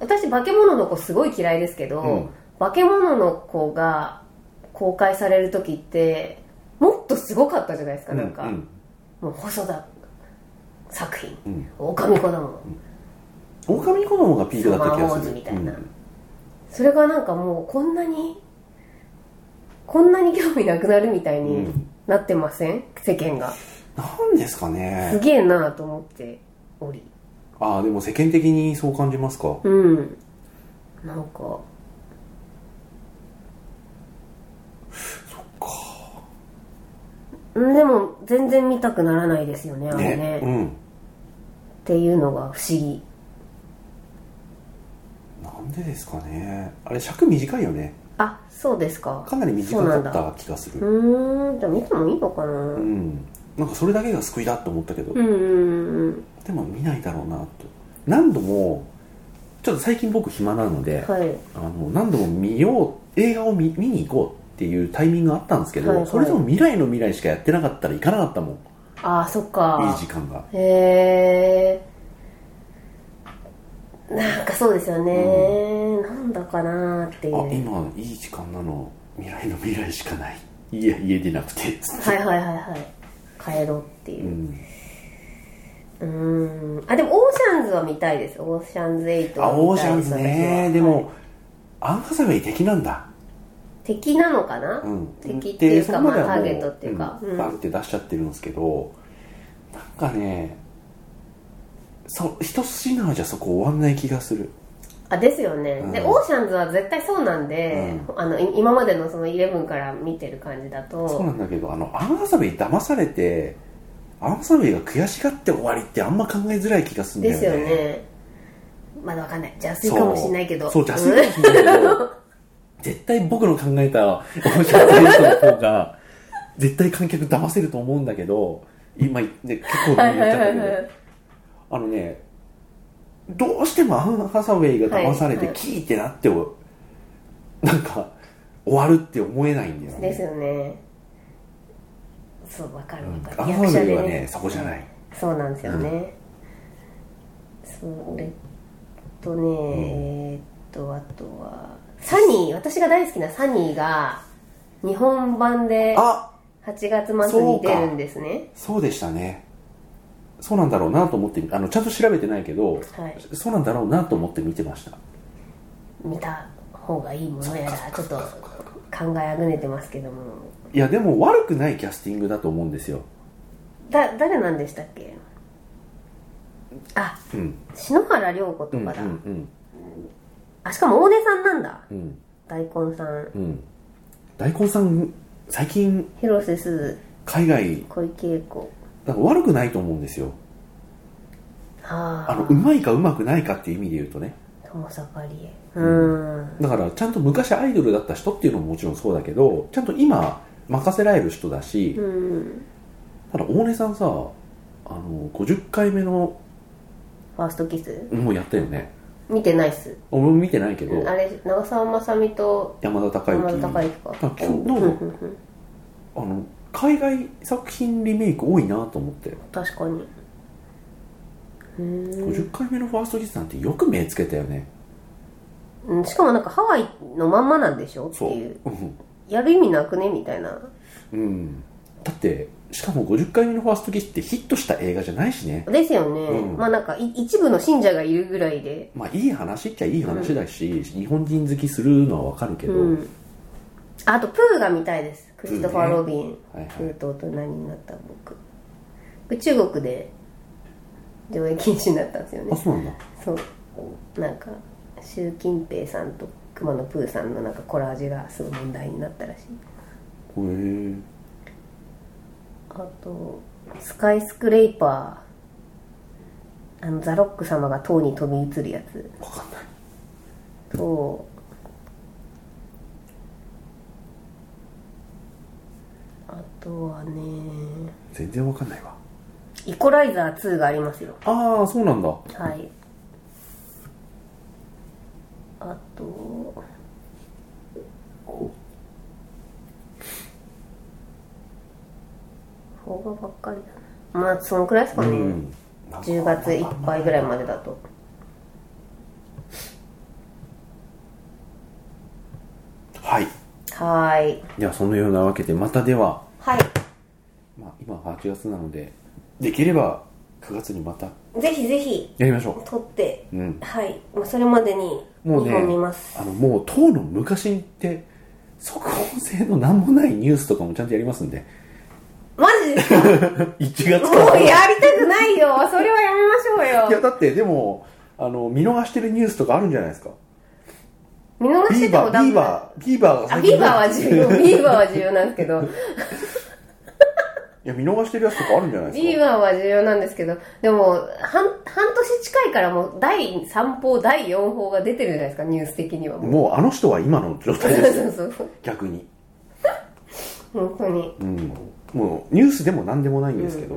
Speaker 2: う私化け物の子すごい嫌いですけど、
Speaker 1: うん
Speaker 2: 化け物の子が公開される時ってもっとすごかったじゃないですか、
Speaker 1: うん
Speaker 2: なんか、
Speaker 1: うんうん
Speaker 2: もう細田作品、
Speaker 1: うん
Speaker 2: 狼子だもん、
Speaker 1: 狼子供がピークだった気
Speaker 2: スマ
Speaker 1: が
Speaker 2: ーウォー
Speaker 1: す
Speaker 2: ズ
Speaker 1: る
Speaker 2: みたいな
Speaker 1: うん
Speaker 2: それがなんかもうこんなにこんなに興味なくなるみたいになってません、世間が
Speaker 1: なんですか
Speaker 2: す
Speaker 1: ね
Speaker 2: げえなと思っており
Speaker 1: ああでも世間的にそう感じますか
Speaker 2: うんなんかそっかでも全然見たくならないですよねあれね
Speaker 1: ねう
Speaker 2: っていうのが不思議
Speaker 1: んなんでですかねあれ尺短いよね
Speaker 2: あそうですか
Speaker 1: かなり短
Speaker 2: そうな
Speaker 1: か
Speaker 2: ん
Speaker 1: っ
Speaker 2: だ
Speaker 1: た気がす
Speaker 2: う
Speaker 1: る
Speaker 2: ーんじゃあ見てもいいのかな、
Speaker 1: うん、なんかそれだけが救いだと思ったけど、
Speaker 2: うんうんうん
Speaker 1: でも見ないだろうなと何度もちょっと最近僕暇なので、
Speaker 2: はい
Speaker 1: あの何度も見よう映画を見見に行こうっていうタイミングがあったんですけど、
Speaker 2: はいはい
Speaker 1: それでも未来の未来しかやってなかったら行かなかったもんい
Speaker 2: ああそっか
Speaker 1: い時間が
Speaker 2: へえなんかそうですよね、なんだかなーっていう
Speaker 1: あ今いい時間なの未来の未来しかないいや家でなくて
Speaker 2: はいはいはいはい帰ろうっていううんうーんあでもオーシャンズは見たいですオーシャンズ8
Speaker 1: あ
Speaker 2: は
Speaker 1: オー
Speaker 2: 見
Speaker 1: シ
Speaker 2: た
Speaker 1: ャ
Speaker 2: い
Speaker 1: ン
Speaker 2: です
Speaker 1: ズね
Speaker 2: 私は
Speaker 1: で
Speaker 2: はい
Speaker 1: も、アンハサウェイ敵なんだ
Speaker 2: 敵なのかな、
Speaker 1: うん
Speaker 2: 敵っていうか
Speaker 1: でそこ
Speaker 2: ま
Speaker 1: で
Speaker 2: あ
Speaker 1: は
Speaker 2: タ
Speaker 1: も
Speaker 2: ーゲットっていうか、
Speaker 1: う
Speaker 2: うんん
Speaker 1: バンって出しちゃってるんですけどなんかねそ一筋縄じゃそこ終わんない気がする
Speaker 2: あですよね、で
Speaker 1: うん
Speaker 2: オーシャンズは絶対そうなんで、あのい今までのその11から見てる感じだ
Speaker 1: そう
Speaker 2: と
Speaker 1: なんだけどあのアンハサウェイ騙されてアンハサウェイが悔しがって終わりってあんま考えづらい気がするんだ
Speaker 2: で
Speaker 1: よ
Speaker 2: す
Speaker 1: ね
Speaker 2: よねまだわかんない邪推かもしんないけど
Speaker 1: そうそう邪推かもしんないけど *laughs* 絶対僕の考えた面白い人の方が絶対観客騙せると思うんだけど今、ね、結構
Speaker 2: うん
Speaker 1: 言
Speaker 2: は
Speaker 1: っ
Speaker 2: い
Speaker 1: ち
Speaker 2: は
Speaker 1: ゃっ
Speaker 2: いは
Speaker 1: た
Speaker 2: い
Speaker 1: け
Speaker 2: は
Speaker 1: ど
Speaker 2: い
Speaker 1: あのねどうしてもアン・ハサウェイが騙され
Speaker 2: はい
Speaker 1: て
Speaker 2: はい
Speaker 1: キーってなっても、なんか終わるって思えないんだよね
Speaker 2: *laughs* ですよねそうわかるわか
Speaker 1: ア
Speaker 2: る、
Speaker 1: ン・ハサウェイは
Speaker 2: で
Speaker 1: ねそこじゃない
Speaker 2: そうなんですよね、それとね、えーっとあとはサニー私が大好きなサニーが日本版で
Speaker 1: あ
Speaker 2: 8月末に出るんですね
Speaker 1: そうでしたねそうなんだろうなと思ってあのちゃんと調べてないけど
Speaker 2: はい
Speaker 1: そうなんだろうなと思って見てました
Speaker 2: 見た方がいいものやらちょっと
Speaker 1: そっかそっか
Speaker 2: 考えあぐねてますけども
Speaker 1: いやでも悪くないキャスティングだと思うんですよ
Speaker 2: だ誰なんでしたっけあ
Speaker 1: うん
Speaker 2: 篠原涼子
Speaker 1: う
Speaker 2: と
Speaker 1: んうん
Speaker 2: かだ、
Speaker 1: うん
Speaker 2: あしかも大根さんなんだ
Speaker 1: うん
Speaker 2: 大根さん
Speaker 1: うん大根さん最近
Speaker 2: 広瀬すず
Speaker 1: 海外
Speaker 2: 小池栄子
Speaker 1: なんか悪くないと思うんですよ
Speaker 2: あ
Speaker 1: あの
Speaker 2: あ
Speaker 1: うまいかうまくないかっていう意味で言うとね
Speaker 2: 友坂理恵うん
Speaker 1: だからちゃんと昔アイドルだった人っていうのももちろんそうだけどちゃんと今任せられる人だし、
Speaker 2: うん
Speaker 1: ただ大根さんさあの50回目の
Speaker 2: ファーストキス
Speaker 1: もうやったよね
Speaker 2: 見てないっす
Speaker 1: 俺も見てないけど
Speaker 2: あれ長澤まさみと
Speaker 1: 山田孝
Speaker 2: 山
Speaker 1: 之
Speaker 2: 田孝之か
Speaker 1: あ今日
Speaker 2: うん
Speaker 1: なんか
Speaker 2: うんうん
Speaker 1: あの海外作品リメイク多いなと思って
Speaker 2: 確かにうん
Speaker 1: 50回目のファーストキスなんてよく目つけたよね
Speaker 2: うんしかもなんかハワイのまんまなんでしょって
Speaker 1: そう
Speaker 2: いう
Speaker 1: うん
Speaker 2: やる意味なくねみたいな
Speaker 1: うんだってしかも50回目のファーストキスってヒットした映画じゃないしね
Speaker 2: ですよね、
Speaker 1: うん
Speaker 2: まあなんかい一部の信者がいるぐらいで
Speaker 1: まあいい話っちゃいい話だし、日本人好きするのはわかるけど、
Speaker 2: うんあとプーが見たいですクリストファー・ロビン、
Speaker 1: はいはい
Speaker 2: プーと大人になった僕これ中国で上映禁止になったんですよね
Speaker 1: あそうなんだ
Speaker 2: そうなんか習近平さんと熊野プーさんのなんかコラージュがすごい問題になったらしい
Speaker 1: へえ
Speaker 2: あとスカイスクレイパーあのザ・ロック様が塔に飛び移るやつ
Speaker 1: わかんない
Speaker 2: とあとはね
Speaker 1: 全然わかんないわ
Speaker 2: イコライザー2がありますよ
Speaker 1: ああそうなんだ
Speaker 2: はいあと邦画ばっかりだなまあそのくらいですかね、
Speaker 1: うん
Speaker 2: 10月いっぱいぐらいまでだと
Speaker 1: はい
Speaker 2: はーい
Speaker 1: ではそのようなわけでまたでは、
Speaker 2: はい
Speaker 1: まあ、今8月なのでできれば9月にまた
Speaker 2: ぜひぜひ
Speaker 1: やりましょ
Speaker 2: 撮って
Speaker 1: ううん
Speaker 2: はいまあそれまでに
Speaker 1: もう
Speaker 2: 2
Speaker 1: ね
Speaker 2: 本見ます、
Speaker 1: あのもう当の昔って速報性の何もないニュースとかもちゃんとやりますんで *laughs*
Speaker 2: マジですかも
Speaker 1: 1月か
Speaker 2: う
Speaker 1: ら
Speaker 2: やりたくないよそれはやめましょ
Speaker 1: いうや
Speaker 2: よ
Speaker 1: だってでもあの見逃してるニュースとかあるんじゃないですか
Speaker 2: 見逃
Speaker 1: ビ
Speaker 2: して
Speaker 1: ー
Speaker 2: て
Speaker 1: バ
Speaker 2: もダ
Speaker 1: ービ
Speaker 2: メ
Speaker 1: ーバービーバーが
Speaker 2: あ
Speaker 1: 最
Speaker 2: ビ
Speaker 1: 近
Speaker 2: ーバーは重
Speaker 1: *laughs*
Speaker 2: 要ビーバーは重要なんですけど
Speaker 1: いや見逃してるやつとかあるんじゃない
Speaker 2: ビ
Speaker 1: で
Speaker 2: ー
Speaker 1: すか
Speaker 2: バーは重要なんですけどでも半半年近いからもう第3報第4報が出てるじゃないですかニュース的にはもう
Speaker 1: もうあの人は今の状
Speaker 2: そう
Speaker 1: 態です
Speaker 2: *laughs* そ
Speaker 1: よ
Speaker 2: うそう
Speaker 1: 逆に
Speaker 2: 本当に
Speaker 1: うんもうニュースでも何でもないんですけど、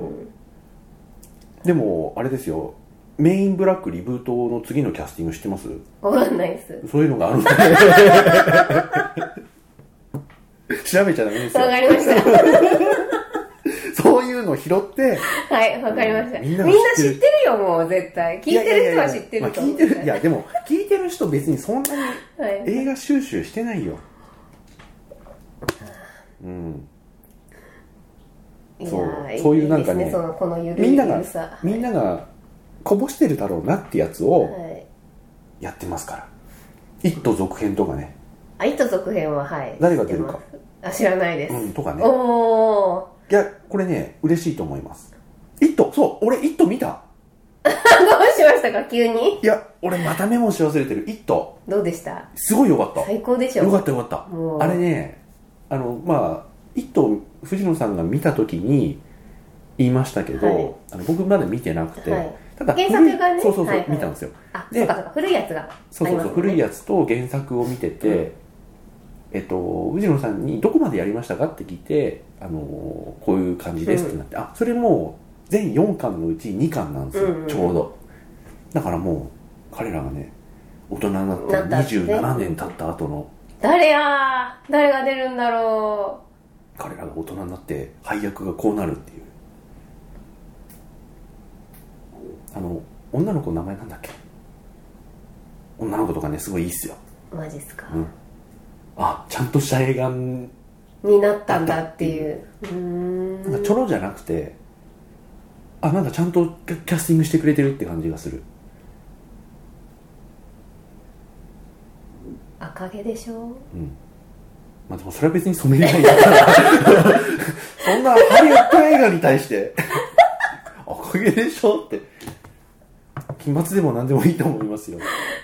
Speaker 1: でもあれですよメインブラックリブートの次のキャスティング知ってます
Speaker 2: わかんないです
Speaker 1: そういうのがあるんで調べちゃダメですよ *laughs*
Speaker 2: わかりました
Speaker 1: そうそういうのを拾って、
Speaker 2: はい、わかりました。
Speaker 1: み
Speaker 2: み
Speaker 1: ん
Speaker 2: ん
Speaker 1: な
Speaker 2: な
Speaker 1: が知
Speaker 2: 知
Speaker 1: ってる
Speaker 2: ってるよ、もう絶対。聞いてる人は知ってると思う。
Speaker 1: いやいやいやまあ聞いてる、いや、でも、聞いてる人別にそんなに
Speaker 2: はい。
Speaker 1: 映画収集してないよ。うん。そう
Speaker 2: やー
Speaker 1: そういうなんかね
Speaker 2: ですそのこのゆる
Speaker 1: み
Speaker 2: ゆ
Speaker 1: んなが
Speaker 2: るさ。、
Speaker 1: みんながこぼしてるだろうなってやつを
Speaker 2: はい。
Speaker 1: やってますから。一途続編とかね。
Speaker 2: あ、糸続編は、はい。
Speaker 1: 誰が出るか
Speaker 2: 知ってます。あ、知らないです。
Speaker 1: うん、とかね。
Speaker 2: おお。
Speaker 1: いや、これね、嬉しいと思います。一途、そう、俺一途見た。
Speaker 2: *laughs* どうしましたか、急に。
Speaker 1: いや、俺またメモし忘れてる。一途、
Speaker 2: どうでした
Speaker 1: すごいよかった。
Speaker 2: 最高でしょ。
Speaker 1: よかったよかっ
Speaker 2: もう
Speaker 1: たあれねあのまあ「イット!」藤野さんが見た時に言いましたけど、
Speaker 2: はい
Speaker 1: あの僕まだ見てなくて、
Speaker 2: はい
Speaker 1: ただ
Speaker 2: 原作がね
Speaker 1: 古いそうそうそう、
Speaker 2: はいはい
Speaker 1: 見たんですよ
Speaker 2: あ、
Speaker 1: で
Speaker 2: そうかそうか、古いやつがあります
Speaker 1: そう
Speaker 2: ね。
Speaker 1: そうそう、古いやつと原作を見てて、えっと藤野さんに「どこまでやりましたか?」って聞いて「あのこういう感じです」ってなって、あそれもう全4巻のうち2巻なんですよ、
Speaker 2: うんうん
Speaker 1: ちょうどだからもう彼らがね大人になって
Speaker 2: なったって
Speaker 1: 27年経った後の
Speaker 2: 誰やー誰が出るんだろ
Speaker 1: 彼らが大人になって配役がこうなるっていうあの女の子の名前なんだっけ女の子とかねすごいいいっすよ、
Speaker 2: うマジっすか、
Speaker 1: うん、あちゃんとした映画なん
Speaker 2: になったんだっていううーん
Speaker 1: かちょろじゃなくてあなんかちゃんとキャキャスティングしてくれてるって感じがする
Speaker 2: 赤毛でしょ
Speaker 1: まあでもそれは別に染めないんだからそんなハリウッド映画に対しておかげでしょって金髪でも何でもいいと思いますよ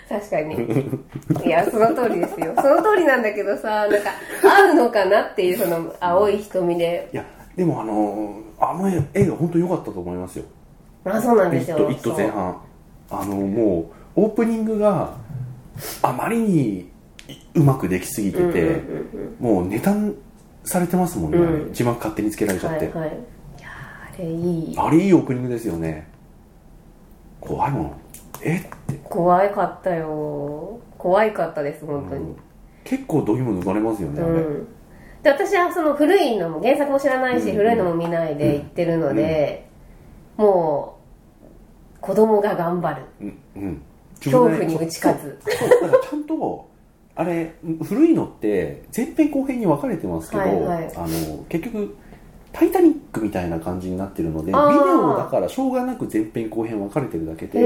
Speaker 2: 確かにいやその通りですよその通りなんだけどさなんか合うのかなっていうその青い瞳で
Speaker 1: いやでもあのーあの映画本当良かったと思いますよ
Speaker 2: あそうなん
Speaker 1: 「イ
Speaker 2: です
Speaker 1: ッ
Speaker 2: よ
Speaker 1: ト!」「イット!」前半あのもうオープニングがあまりにうまくできすぎて
Speaker 2: そう
Speaker 1: て、
Speaker 2: うんうんうん
Speaker 1: もうネタされてますもんね、
Speaker 2: うん
Speaker 1: あれ字幕勝手につけられちゃ
Speaker 2: は
Speaker 1: って、
Speaker 2: いはいいやーあれいい
Speaker 1: あれいいオープニングですよね怖いもんえって、
Speaker 2: 怖かったよ怖いかったです本当
Speaker 1: う
Speaker 2: に
Speaker 1: ん結構どぎも抜かれますよね、
Speaker 2: う
Speaker 1: あれ
Speaker 2: んで私はその古いのも原作も知らないし、
Speaker 1: うん
Speaker 2: 古いのも見ないで行ってるので、もう子供が頑張る
Speaker 1: うんうん
Speaker 2: 恐怖に打ち勝つ
Speaker 1: そうだからちゃんとあれ古いのって前編後編に分かれてますけど、
Speaker 2: はいはい
Speaker 1: あの結局「タイタニック」みたいな感じになってるのでビデ
Speaker 2: あー
Speaker 1: オだからしょうがなく前編後編分かれてるだけ
Speaker 2: へ
Speaker 1: で、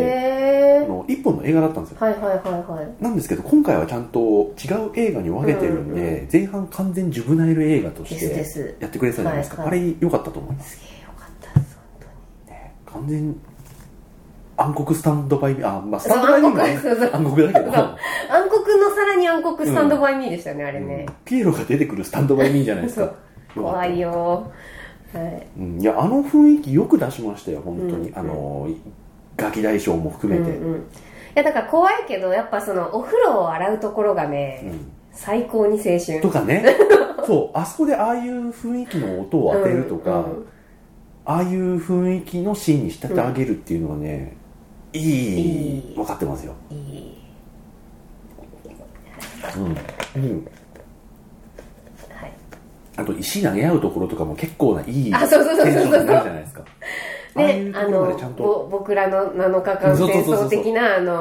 Speaker 1: あ
Speaker 2: え
Speaker 1: の一本の映画だったんですよ
Speaker 2: はいはいはいはい
Speaker 1: なんですけど今回はちゃんと違う映画に分けてるんで、
Speaker 2: うん
Speaker 1: 前半完全ジュブナイル映画とし
Speaker 2: ですで
Speaker 1: て
Speaker 2: す
Speaker 1: やってくれてたじゃないですか、
Speaker 2: はいはい
Speaker 1: あれ良かったと思います
Speaker 2: すげえよかったです
Speaker 1: 完全暗黒スタンドバイミーあまあス
Speaker 2: そう
Speaker 1: タンドバイミーも
Speaker 2: 暗黒そうそう
Speaker 1: 暗黒だけど
Speaker 2: そう暗黒のさらに暗黒スタンドバイミーでしたね、あれね
Speaker 1: うんピエロが出てくるスタンドバイミーじゃないです
Speaker 2: *laughs*
Speaker 1: かよかった
Speaker 2: 怖いよはい
Speaker 1: うんいやあの雰囲気よく出しましたよ本当に、
Speaker 2: うん
Speaker 1: あのガキ大将も含めて、
Speaker 2: うんうんいやだから怖いけどやっぱそのお風呂を洗うところがね、
Speaker 1: うん
Speaker 2: 最高に青春
Speaker 1: とかね
Speaker 2: *laughs*
Speaker 1: そうあそこでああいう雰囲気の音を当てるとか、
Speaker 2: うんうん
Speaker 1: ああいう雰囲気のシーンに仕立て上げるっていうのはね、いい
Speaker 2: いい
Speaker 1: 分かってますよ、
Speaker 2: いい
Speaker 1: うんうん、
Speaker 2: はい
Speaker 1: あと石投げ合うところとかも結構ないいテンシ
Speaker 2: あそうそうそうそうそ
Speaker 1: ョン
Speaker 2: う
Speaker 1: になるじゃないですかああい
Speaker 2: で
Speaker 1: うと
Speaker 2: あ
Speaker 1: ころまで
Speaker 2: の
Speaker 1: ちゃんと
Speaker 2: ぼ僕らの7日間
Speaker 1: そうそう
Speaker 2: 戦
Speaker 1: そうそう
Speaker 2: 争的なあの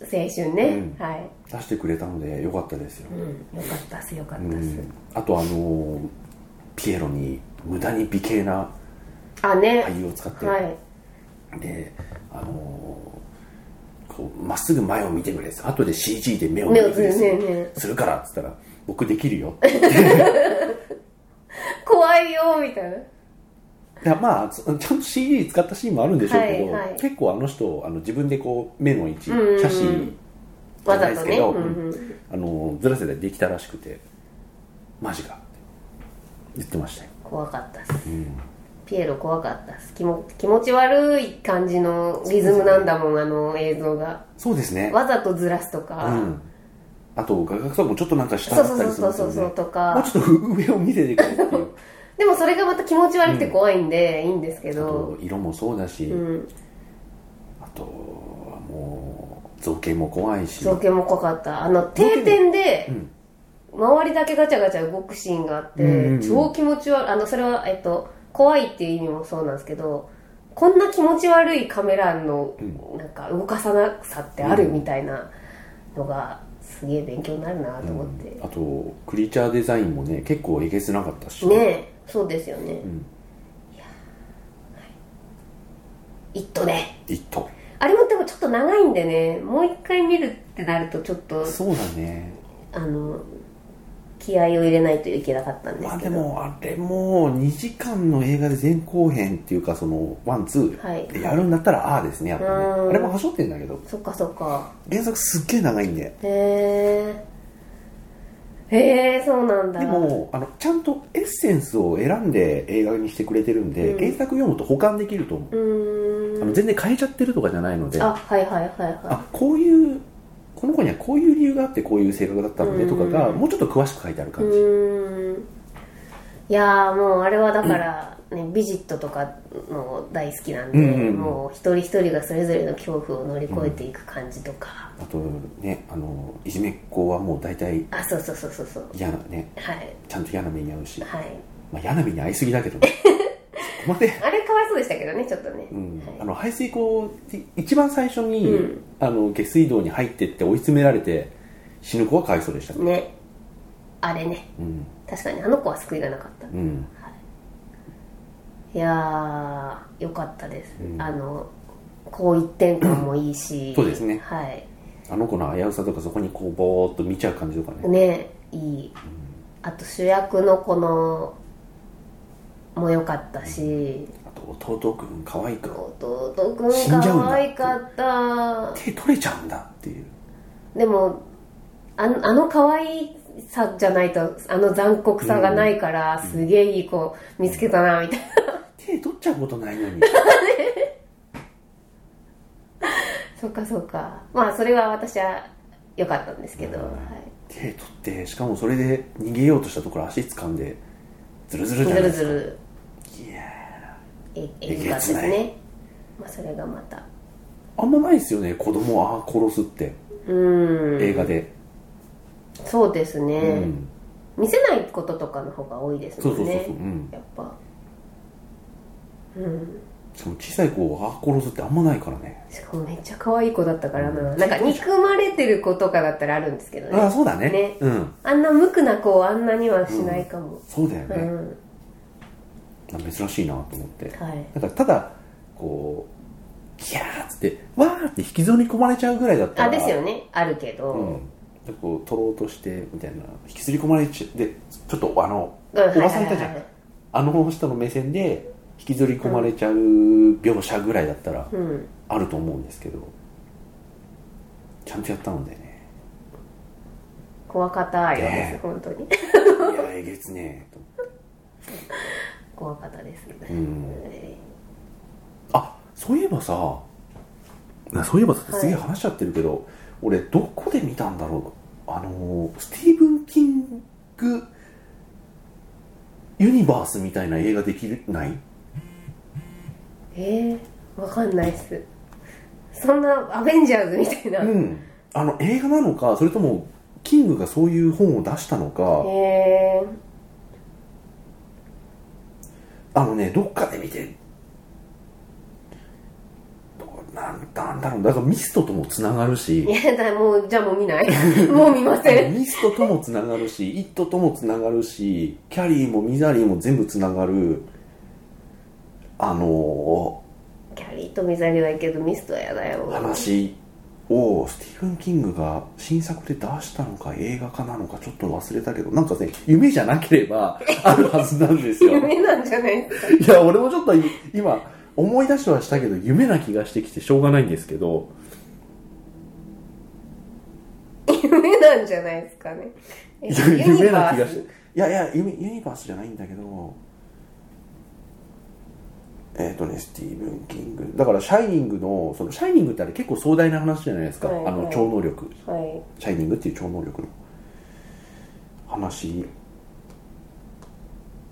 Speaker 2: 青春ね、
Speaker 1: う
Speaker 2: はい、
Speaker 1: 出してくれたのでよかったですよ、
Speaker 2: うん、よかったっすよかっ
Speaker 1: う
Speaker 2: たっす、
Speaker 1: ん、あとあのーピエロに無駄に美形な
Speaker 2: あね
Speaker 1: 俳優を使って、
Speaker 2: はい
Speaker 1: であのーこうまっすぐ前を見てくれです後で CG で目を見
Speaker 2: 目
Speaker 1: て
Speaker 2: を
Speaker 1: く
Speaker 2: つぶ
Speaker 1: れ
Speaker 2: る
Speaker 1: す,、
Speaker 2: ねね
Speaker 1: するからっつったら僕できるよ *laughs* って
Speaker 2: 怖いよみたいない
Speaker 1: やまあそちゃんと CG 使ったシーンもあるんでしょうけど、
Speaker 2: はいはい
Speaker 1: 結構あの人あの自分でこう目の位置
Speaker 2: うんうん
Speaker 1: 写真じゃ
Speaker 2: わ
Speaker 1: な
Speaker 2: ざ
Speaker 1: いです
Speaker 2: と
Speaker 1: け
Speaker 2: ね、
Speaker 1: ど、
Speaker 2: うんうん
Speaker 1: あのーずらせたりできたらしくてマジかって言ってましたよ、
Speaker 2: 怖かったっす
Speaker 1: うん
Speaker 2: ピエロ怖かったっす気も気持ち悪い感じのリズムなんだもん、あの映像が
Speaker 1: そうですね
Speaker 2: わざとずらすとか、
Speaker 1: うん、あと画角とかもちょっとなんか下
Speaker 2: そう
Speaker 1: だ
Speaker 2: そ
Speaker 1: った
Speaker 2: うそ
Speaker 1: り
Speaker 2: う
Speaker 1: す
Speaker 2: そ
Speaker 1: るん
Speaker 2: う
Speaker 1: ですよ
Speaker 2: そう
Speaker 1: ね
Speaker 2: と
Speaker 1: も
Speaker 2: か
Speaker 1: うちょっと上を見せてくれっていう
Speaker 2: でもそれがまた気持ち悪くて怖いんで、いいんですけ
Speaker 1: あ
Speaker 2: ど
Speaker 1: と色もそうだし、
Speaker 2: うん
Speaker 1: あとはもう造形も怖いし
Speaker 2: 造形も怖かったあの定点で
Speaker 1: うん
Speaker 2: 周りだけガチャガチャ動くシーンがあって、
Speaker 1: うんうんうん
Speaker 2: 超気持ち悪いあのそれはえっと怖いっていう意味もそうなんですけどこんな気持ち悪いカメラのなんか動かさなさってあるみたいなのがすげえ勉強になるなと思って、
Speaker 1: うんあとクリーチャーデザインもね結構えげつなかったし
Speaker 2: ねえそうですよね
Speaker 1: うん
Speaker 2: 「イット!」ね
Speaker 1: 「イット
Speaker 2: あれもでもちょっと長いんでねもう一回見るってなるとちょっと」
Speaker 1: そうだね
Speaker 2: あの気合を入れないといけなかったんで
Speaker 1: ますあ
Speaker 2: け
Speaker 1: で
Speaker 2: ど、
Speaker 1: もあれも2時間の映画で前後編っていうかそのワンツ
Speaker 2: はい
Speaker 1: ーでやるんだったらああですねやっぱね
Speaker 2: うん
Speaker 1: あれもはしょってんだけど
Speaker 2: そっかそっか
Speaker 1: 原作すっげえ長いんで
Speaker 2: へえへえそうなんだ
Speaker 1: でもあのちゃんとエッセンスを選んで映画にしてくれてるんで、
Speaker 2: うん
Speaker 1: 原作読むと保管できると思う
Speaker 2: う、ーん
Speaker 1: あの全然変えちゃってるとかじゃないので
Speaker 2: あはいはいはいは
Speaker 1: あこういうこの子にはこういう理由があってこういう性格だったのでとかが、
Speaker 2: うん
Speaker 1: もうちょっと詳しく書いてある
Speaker 2: いう
Speaker 1: 感じ、
Speaker 2: ーんいやーもうあれはだから、ねビジットとかの大好きなんで、
Speaker 1: うんうんうん
Speaker 2: もう一人一人がそれぞれの恐怖を乗り越えていく感じとか、
Speaker 1: あとねあのいじめっ子はもう大体
Speaker 2: あそうそうそうそうそう
Speaker 1: 嫌なね
Speaker 2: はい
Speaker 1: ちゃんと嫌な目に遭うし、
Speaker 2: はい
Speaker 1: まあ、嫌な目に遭いすぎだ
Speaker 2: *laughs*
Speaker 1: けどねそこまで、
Speaker 2: あれかわいそうでしたけどねちょっとね、
Speaker 1: うん
Speaker 2: はい、
Speaker 1: あの排水溝って一番最初に、
Speaker 2: うん
Speaker 1: あの下水道に入ってって追い詰められて死ぬ子はかわいそうでしたね
Speaker 2: ねあれね
Speaker 1: うん
Speaker 2: 確かにあの子は救いがなかった
Speaker 1: うん
Speaker 2: いやーよかったです、
Speaker 1: うん
Speaker 2: あのこう一点感もいいし
Speaker 1: *laughs* そうですね
Speaker 2: はい
Speaker 1: あの子の危うさとかそこにこうぼーっと見ちゃう感じとかね
Speaker 2: ねいいあと主役のこのも良かったし
Speaker 1: あと弟くん可愛いく
Speaker 2: 弟
Speaker 1: 死
Speaker 2: く
Speaker 1: ん
Speaker 2: ん
Speaker 1: じゃうんだ
Speaker 2: 可愛かった
Speaker 1: 手取れちゃうんだっていう
Speaker 2: でもあのあの可愛いさじゃないとあの残酷さがないから、すげえいい子見つけたなみた *laughs* いな
Speaker 1: 手取っちゃうことないのに
Speaker 2: そっかそっかまあそれは私は良かったんですけど、はい
Speaker 1: 手取ってしかもそれで逃げようとしたところ足掴んでズルズルじゃないで
Speaker 2: ずる
Speaker 1: す
Speaker 2: ず
Speaker 1: か
Speaker 2: る
Speaker 1: いや
Speaker 2: え
Speaker 1: えげつない
Speaker 2: えぐかったですねまあそれがまた
Speaker 1: ーあんまないですよね子供をああ殺すって
Speaker 2: うん
Speaker 1: 映画で、
Speaker 2: そうですね、
Speaker 1: うん
Speaker 2: 見せないこととかの方が多いです
Speaker 1: そ
Speaker 2: も
Speaker 1: うそ
Speaker 2: ん
Speaker 1: うそう
Speaker 2: ね
Speaker 1: そう、うん、
Speaker 2: やっぱうん
Speaker 1: しかも小さい子をああ殺すってあんまないからね
Speaker 2: しかもめっちゃ可愛い子だったからな、
Speaker 1: うん
Speaker 2: なんか憎まれてる子とかだったらあるんですけど
Speaker 1: ああ
Speaker 2: ね
Speaker 1: そうだね
Speaker 2: ね
Speaker 1: うん
Speaker 2: あんな無垢な子をあんなにはしないかも
Speaker 1: そうだよ
Speaker 2: う
Speaker 1: ね、
Speaker 2: ん、
Speaker 1: 珍しいなと思って
Speaker 2: はい
Speaker 1: だからただこうギャーっつってわーって引きずり込まれちゃうぐらいだったら
Speaker 2: あですよねあるけど、
Speaker 1: うん、こう取ろうとしてみたいな引きずり込まれちゃでちょっとあの
Speaker 2: うんはい
Speaker 1: おばさんいたじゃ
Speaker 2: はいはい
Speaker 1: ん
Speaker 2: は
Speaker 1: あの人の目線で引きずり込まれちゃう描写ぐらいだったら
Speaker 2: いうん
Speaker 1: あると思うんですけどちゃんとやったのでね
Speaker 2: *laughs* 怖かったようです、
Speaker 1: ね
Speaker 2: 本当に *laughs*
Speaker 1: いやえげつねえと思
Speaker 2: 怖かったです、
Speaker 1: ん
Speaker 2: は
Speaker 1: っ
Speaker 2: い
Speaker 1: てあそういえばさなそういえばさってすげえ
Speaker 2: はい
Speaker 1: 話しちゃってるけど、俺どこで見たんだろうあのースティーブン・キングユニバースみたいな映画できない
Speaker 2: えー、わかんないっすそんなアベンジャーズみたいな、
Speaker 1: うん、あの映画なのかそれともキングがそういう本を出したのか
Speaker 2: え
Speaker 1: あのねどっかで見てどうなんなんだろうだからミストともつながるし
Speaker 2: ー、いやだもうじゃあもう
Speaker 1: *laughs*
Speaker 2: 見ないもう見ません
Speaker 1: ミストともつながるし「イット!」ともつながるしキャリーもミザリーも全部つながるあの
Speaker 2: キャリーとミザリはいいけどミストはやだよ
Speaker 1: ー話をスティーブン・キングが新作で出したのか映画化なのかちょっと忘れたけどなんかね夢じゃなければあるはずなんですよ
Speaker 2: 夢なんじゃないですか
Speaker 1: いや、俺もちょっと今、思い出しはしたけど、夢な気がしてきてしょうがないんですけど、
Speaker 2: 夢なんじゃないですかねえ
Speaker 1: いや *laughs* 夢な気
Speaker 2: ユニバ
Speaker 1: が
Speaker 2: ー
Speaker 1: し
Speaker 2: ス
Speaker 1: て、いやいや、夢ユニバースじゃないんだけど、えっ、とね、スティーブン・キング。だから、シャイニングの、その、シャイニングってあれ結構壮大な話じゃないですか。
Speaker 2: はい
Speaker 1: あの、
Speaker 2: はい
Speaker 1: 超能力。
Speaker 2: はい
Speaker 1: シャイニングっていう超能力の話。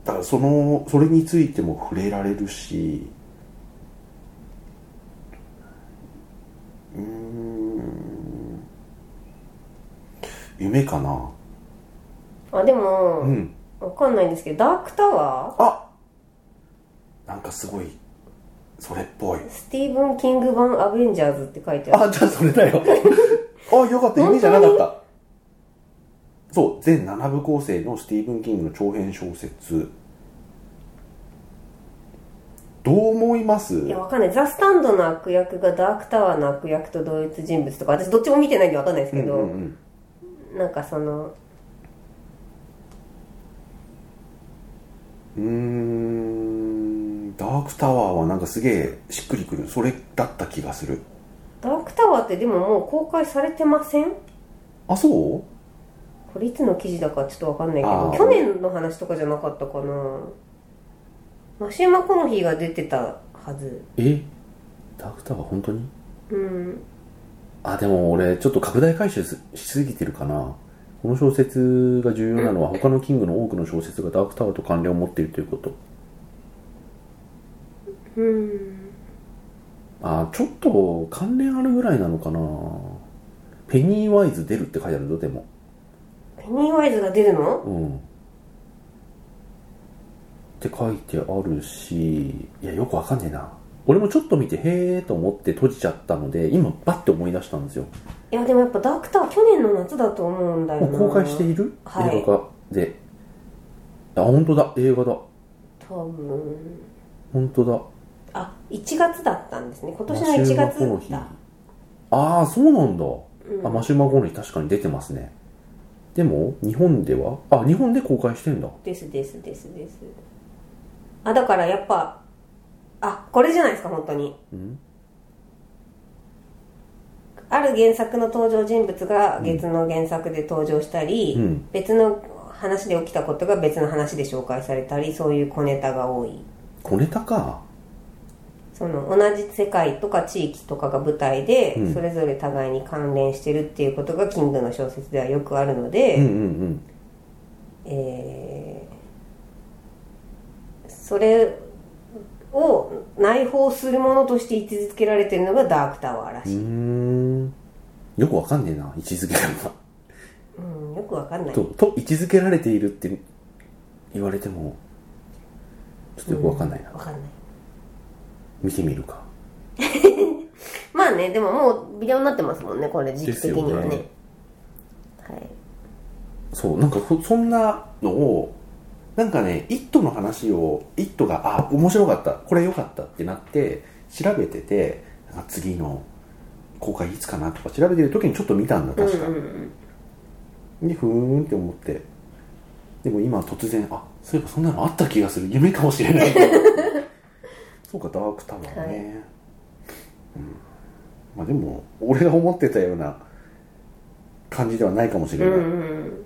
Speaker 1: だから、その、それについても触れられるし、うーん、夢かな。
Speaker 2: あでも、
Speaker 1: うん。
Speaker 2: わかんないんですけどダークタワ
Speaker 1: あかすごいそれっぽい
Speaker 2: スティーブン・キング版アベンジャーズって書いてある
Speaker 1: あじゃあそれだよ *laughs* あよかった夢じゃなかったそう全7部構成のスティーブン・キングの長編小説どう思います
Speaker 2: いや、わかんない。ザ・スタンドの悪役がダークタワーの悪役と同一人物とか、私どっちも見てないんでわかんないです
Speaker 1: う
Speaker 2: け
Speaker 1: んう
Speaker 2: ど、
Speaker 1: んうん
Speaker 2: なんかその、
Speaker 1: うーんダークタワーはなんかすげえしっくりくるそれだった気がする
Speaker 2: ダークタワーってでももう公開されてません
Speaker 1: あそう
Speaker 2: これいつの記事だかちょっとわかんないけ
Speaker 1: あ
Speaker 2: ど
Speaker 1: ー、
Speaker 2: 去年の話とかじゃなかったかな。マシューマコノヒーが出てたはず。
Speaker 1: えダークタワー本当に
Speaker 2: うん。
Speaker 1: あでも俺ちょっと拡大回収すしすぎてるかなこの小説が重要なのは他のキングの多くの小説がダークタワーと関連を持っているということ
Speaker 2: うん。
Speaker 1: あちょっと関連あるぐらいなのかなペニーワイズ出るって書いてあるぞでも
Speaker 2: ペニーワイズが出るの
Speaker 1: うんって書いてあるしいやよくわかんねえな俺もちょっと見てへえと思って閉じちゃったので今バッて思い出したんですよ
Speaker 2: いや、でもやっぱダークタワー去年の夏だと思うんだよ
Speaker 1: も
Speaker 2: な。
Speaker 1: う公開している、
Speaker 2: はい
Speaker 1: 映画化であ本当だ映画だ
Speaker 2: 多分。
Speaker 1: 本当だ
Speaker 2: あ、1月だったんですね。今年の
Speaker 1: マシ
Speaker 2: 1
Speaker 1: ュマコの
Speaker 2: 月
Speaker 1: 日
Speaker 2: だ
Speaker 1: あ。あーそうなんだ、
Speaker 2: うん
Speaker 1: あマシュマコの日確かに出てますねでも日本ではあ日本で公開してんだ
Speaker 2: ですですですですあだからやっぱあこれじゃないですか本当に
Speaker 1: うん
Speaker 2: ある原作の登場人物が別の原作で登場したり、
Speaker 1: うん
Speaker 2: 別の話で起きたことが別の話で紹介されたりそういう小ネタが多い
Speaker 1: 小ネタか
Speaker 2: その同じ世界とか地域とかが舞台で、
Speaker 1: うん
Speaker 2: それぞれ互いに関連してるっていうことがキングの小説ではよくあるの
Speaker 1: うんう
Speaker 2: で、
Speaker 1: んうん
Speaker 2: えーそれを内包するものとして位置づけられてるのがダークタワーら
Speaker 1: う
Speaker 2: しい、
Speaker 1: ーんよくわかんねえな位置づけられた
Speaker 2: うん、よくわかん
Speaker 1: *laughs*
Speaker 2: ない
Speaker 1: とと位置づけられているって言われてもちょっとよくわかんないな、
Speaker 2: わかんない
Speaker 1: 見てみるか
Speaker 2: まあねでももうビデオになってますもんねこれ時期的にはね
Speaker 1: です
Speaker 2: はい
Speaker 1: そうなんかそそんなのをなんかね「イット!」の話を「イット!」があ面白かったこれ良かったってなって調べててなんか次の公開いつかなとか調べてる時にちょっと見たんだ確か、
Speaker 2: うんうんうん
Speaker 1: でふーんって思ってでも今突然あそういえばそんなのあった気がする夢かもしれない
Speaker 2: *laughs*
Speaker 1: そうかダークタワーね、
Speaker 2: はい
Speaker 1: うん、まあでも俺が思ってたような感じではないかもしれ
Speaker 2: う
Speaker 1: ない、
Speaker 2: んうん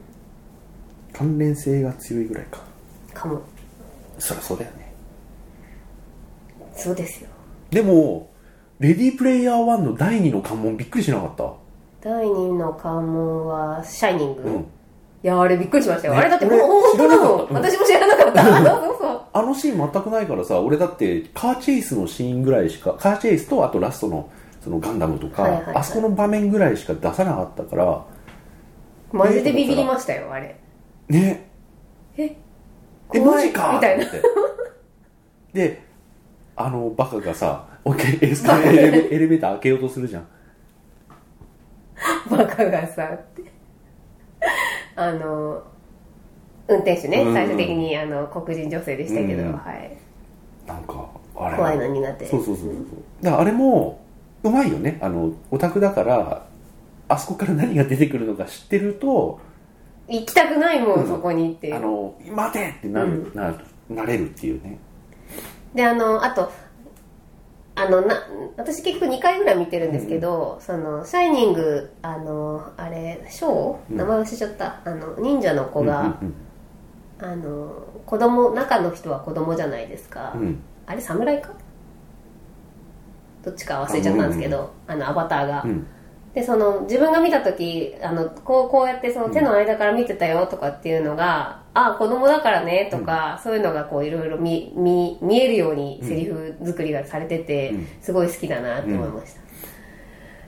Speaker 1: 関連性が強いぐらいか
Speaker 2: かも
Speaker 1: そりゃそうだよね
Speaker 2: そうですよ
Speaker 1: でもレディープレイヤー1の第2の関門びっくりしなかった
Speaker 2: 第2の関門は「シャイニング」
Speaker 1: うん
Speaker 2: いやあれびっくりしましたよ、
Speaker 1: ね
Speaker 2: あれだっても
Speaker 1: 俺
Speaker 2: う本当だ
Speaker 1: 知らな
Speaker 2: もん、
Speaker 1: かった
Speaker 2: 私も知ら
Speaker 1: *laughs*
Speaker 2: なかったそうそう
Speaker 1: あのシーン全くないからさ俺だってカーチェイスのシーンぐらいしかカーチェイスとあとラストのそのガンダムとか、
Speaker 2: はいはいはい
Speaker 1: あそこの場面ぐらいしか出さなかったから
Speaker 2: マジでビビりましたよあれ
Speaker 1: ね
Speaker 2: え
Speaker 1: え
Speaker 2: 怖
Speaker 1: マ
Speaker 2: い
Speaker 1: ジか
Speaker 2: みたいな
Speaker 1: と思ってであのバカがさオッケーエスカレエレベエレベーター開けようとするじゃん
Speaker 2: バカがさってあの運転手ね、
Speaker 1: うん
Speaker 2: 最終的にあの黒人女性でしたけど、
Speaker 1: うん
Speaker 2: はい、
Speaker 1: なんかあれ
Speaker 2: 怖いの苦手
Speaker 1: そうそうそうそうだからあれもうまいよねあのオタクだからあそこから何が出てくるのか知ってると
Speaker 2: 行きたくないもん、
Speaker 1: うん
Speaker 2: そこにっていう
Speaker 1: あの待てってなる、ななれるっていうね
Speaker 2: であのあとあのな私結局2回ぐらい見てるんですけど「そのシャイニング」あのあれショー
Speaker 1: うん
Speaker 2: 名前忘れちゃった、あの忍者の子が、
Speaker 1: うん
Speaker 2: あの子供中の人は子供じゃないですか、
Speaker 1: うんうんうん
Speaker 2: あれ侍かどっちか忘れちゃったんですけどあ,、のアバターが、
Speaker 1: うん
Speaker 2: でその自分が見た時あのこうこうやってその手の間から見てたよとかっていうのが、あ子供だからねとか、そういうのがこういろいろ見見見えるようにセリフ作りがされてて、
Speaker 1: うん
Speaker 2: すごい好きだなって思いました、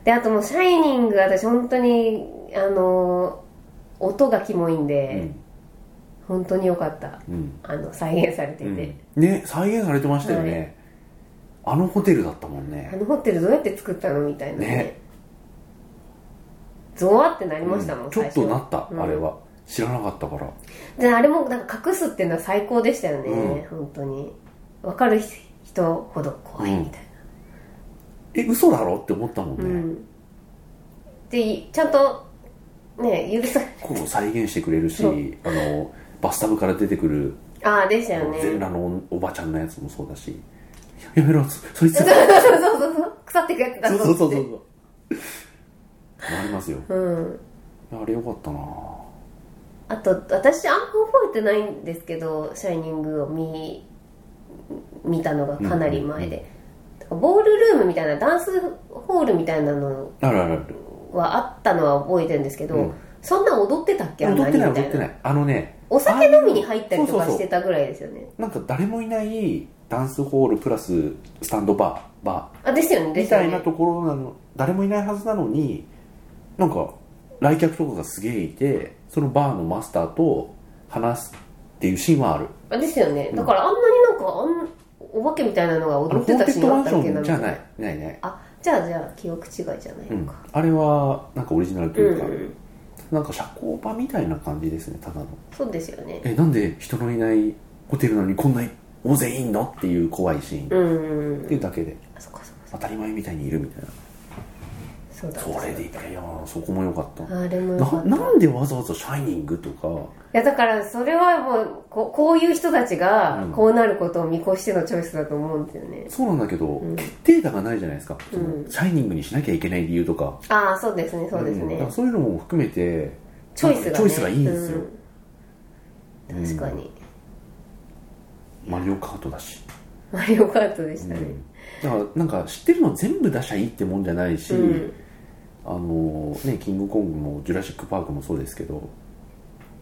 Speaker 2: であともう「シャイニング」私本当にあの音がキモいんで、
Speaker 1: うん
Speaker 2: 本当によかった
Speaker 1: うん
Speaker 2: あの再現されてて、
Speaker 1: うんね再現されてましたよね、あのホテルだったもん
Speaker 2: あ
Speaker 1: ね
Speaker 2: のホテルどうやって作ったのみたいなね
Speaker 1: ね
Speaker 2: ゾワってなりましたもん、
Speaker 1: うんちょっとなった、
Speaker 2: うん
Speaker 1: あれは知らなかったから
Speaker 2: であれもなんか隠すっていうのは最高でしたよね、本当に分かる人ほど怖いみたい
Speaker 1: え嘘だろって思ったもん
Speaker 2: な
Speaker 1: ね、
Speaker 2: うん、でちゃんとね許さ
Speaker 1: こう再現してくれるし
Speaker 2: そう
Speaker 1: あのバスタブから出てくる
Speaker 2: ああでしたよね
Speaker 1: 全裸のおおばちゃんのやつもそうだしやめろそそいつそう
Speaker 2: *laughs* そうそうそうそう腐ってくやつだ
Speaker 1: そう
Speaker 2: ぞ
Speaker 1: そうそう
Speaker 2: って
Speaker 1: なりますよ
Speaker 2: うん
Speaker 1: あれよかったな
Speaker 2: あと私あんま覚えてないんですけど「シャイニング」を見見たのがかなり前で、だからボールルームみたいなダンスホールみたいなの
Speaker 1: あるあるある
Speaker 2: はあったのは覚えてるんですけど、
Speaker 1: うん
Speaker 2: そんなん踊ってたっけあん
Speaker 1: 踊
Speaker 2: ま
Speaker 1: って
Speaker 2: りみ
Speaker 1: な
Speaker 2: た
Speaker 1: い
Speaker 2: い
Speaker 1: 踊
Speaker 2: な
Speaker 1: ってないあのね
Speaker 2: お酒飲みに入ったりと
Speaker 1: あ
Speaker 2: か
Speaker 1: のそうそうそう
Speaker 2: してたぐらいですよね
Speaker 1: なんか誰もいないダンスホールプラススタンドバーバ
Speaker 2: あですよね
Speaker 1: ー
Speaker 2: で
Speaker 1: み
Speaker 2: すよ
Speaker 1: た
Speaker 2: ね
Speaker 1: いなところなの誰もいないはずなのになんか来客とかがすげえいてそのバーのマスターと話すっていうシーンはある
Speaker 2: あですよね
Speaker 1: ん
Speaker 2: だからあんなになんかあんお化けみたいなのが
Speaker 1: あ
Speaker 2: 踊
Speaker 1: の
Speaker 2: っ
Speaker 1: ホ
Speaker 2: て
Speaker 1: ー
Speaker 2: た
Speaker 1: テ
Speaker 2: シ
Speaker 1: ッ
Speaker 2: ー
Speaker 1: ド
Speaker 2: ン
Speaker 1: マ
Speaker 2: あっ
Speaker 1: ンシ
Speaker 2: たっけ
Speaker 1: ョ
Speaker 2: な
Speaker 1: ン
Speaker 2: み
Speaker 1: じ
Speaker 2: た
Speaker 1: ゃ
Speaker 2: いな
Speaker 1: ないないない
Speaker 2: あじゃあじゃあ記憶違いじゃないのか
Speaker 1: あれはなんかオリジナルと
Speaker 2: うん、
Speaker 1: いうか、なんか社交場みたいな感じですねただの
Speaker 2: そうですよね
Speaker 1: えなんで人のいないホテルなのにこんなに大勢いんのっていう怖いシーンっ
Speaker 2: うんうんう
Speaker 1: てい
Speaker 2: ん
Speaker 1: うだけで
Speaker 2: あそっかそっか
Speaker 1: 当たり前みたいにいるみたいな
Speaker 2: そうだ
Speaker 1: それでいやそこも良かった
Speaker 2: あれもよか
Speaker 1: な
Speaker 2: った
Speaker 1: なんでわざわざ「シャイニング」とか
Speaker 2: いやだからそれはもうこうこういう人たちが
Speaker 1: うん
Speaker 2: こうなることを見越してのチョイスだと思うんですよね、
Speaker 1: そうなんだけど、
Speaker 2: ん
Speaker 1: 決定打がないじゃないですか「その
Speaker 2: うん
Speaker 1: シャイニング」にしなきゃいけない理由とか
Speaker 2: ああそうですねそうですね、
Speaker 1: んだからそういうのも含めて
Speaker 2: チョイスが、ね、
Speaker 1: チョイスがいいんですよ、
Speaker 2: うん確かに、
Speaker 1: マリオカートだし
Speaker 2: *laughs* マリオカートでしたね、
Speaker 1: だからなんか知ってるの全部出しゃいいってもんじゃないし、
Speaker 2: うん
Speaker 1: あのねキングコングもジュラシック・パークもそうですけど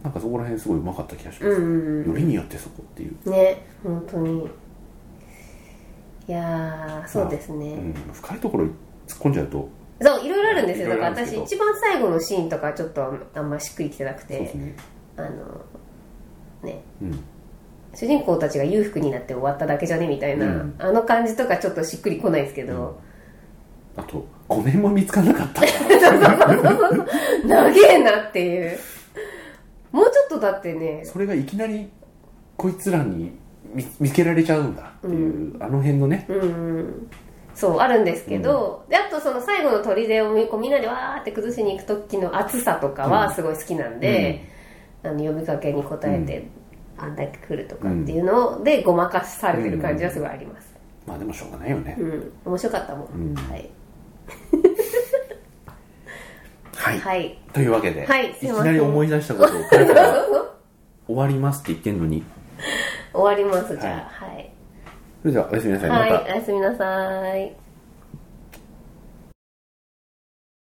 Speaker 1: なんかそこら辺すごいうまかった気がします、
Speaker 2: うんうん
Speaker 1: よりによってそこっていう、
Speaker 2: ね本当にいやーそうですね、
Speaker 1: うん、深いところに突っ込んじゃうと
Speaker 2: そういろいろあるんですよだ
Speaker 1: いろい
Speaker 2: か
Speaker 1: ろあ
Speaker 2: ら
Speaker 1: るんです
Speaker 2: 私
Speaker 1: けど
Speaker 2: 一番最後のシーンとかちょっとあんましっくりきてなく
Speaker 1: そうです
Speaker 2: て
Speaker 1: ね
Speaker 2: あのね
Speaker 1: うん
Speaker 2: 主人公たちが裕福になって終わっただけじゃねみたいな、
Speaker 1: うん
Speaker 2: あの感じとかちょっとしっくりこないですけど、
Speaker 1: あと5年も見つからなか
Speaker 2: *laughs*
Speaker 1: った
Speaker 2: 長えなっていうもうちょっとだってね
Speaker 1: それがいきなりこいつらに見見つけられちゃうんだっていう、あの辺のね、
Speaker 2: うんそうあるんですけど、であとその最後の砦をみこうみんなでわーって崩しに行く時の暑さとかはすごい好きなんで、あの呼びかけに応えて、あんだけ来るとかっていうのでごまかされてる感じはすごいあります
Speaker 1: まあでもしょうがないよね、
Speaker 2: うん、面白かったもん、はい
Speaker 1: はい、
Speaker 2: はい
Speaker 1: というわけで、
Speaker 2: はい
Speaker 1: い
Speaker 2: す
Speaker 1: き
Speaker 2: いません
Speaker 1: なり思い出したことを彼から終わりますって言ってんのに
Speaker 2: 終わりますじゃあはい、
Speaker 1: それではおやすみなさい、
Speaker 2: はい
Speaker 1: また
Speaker 2: おやすみなさい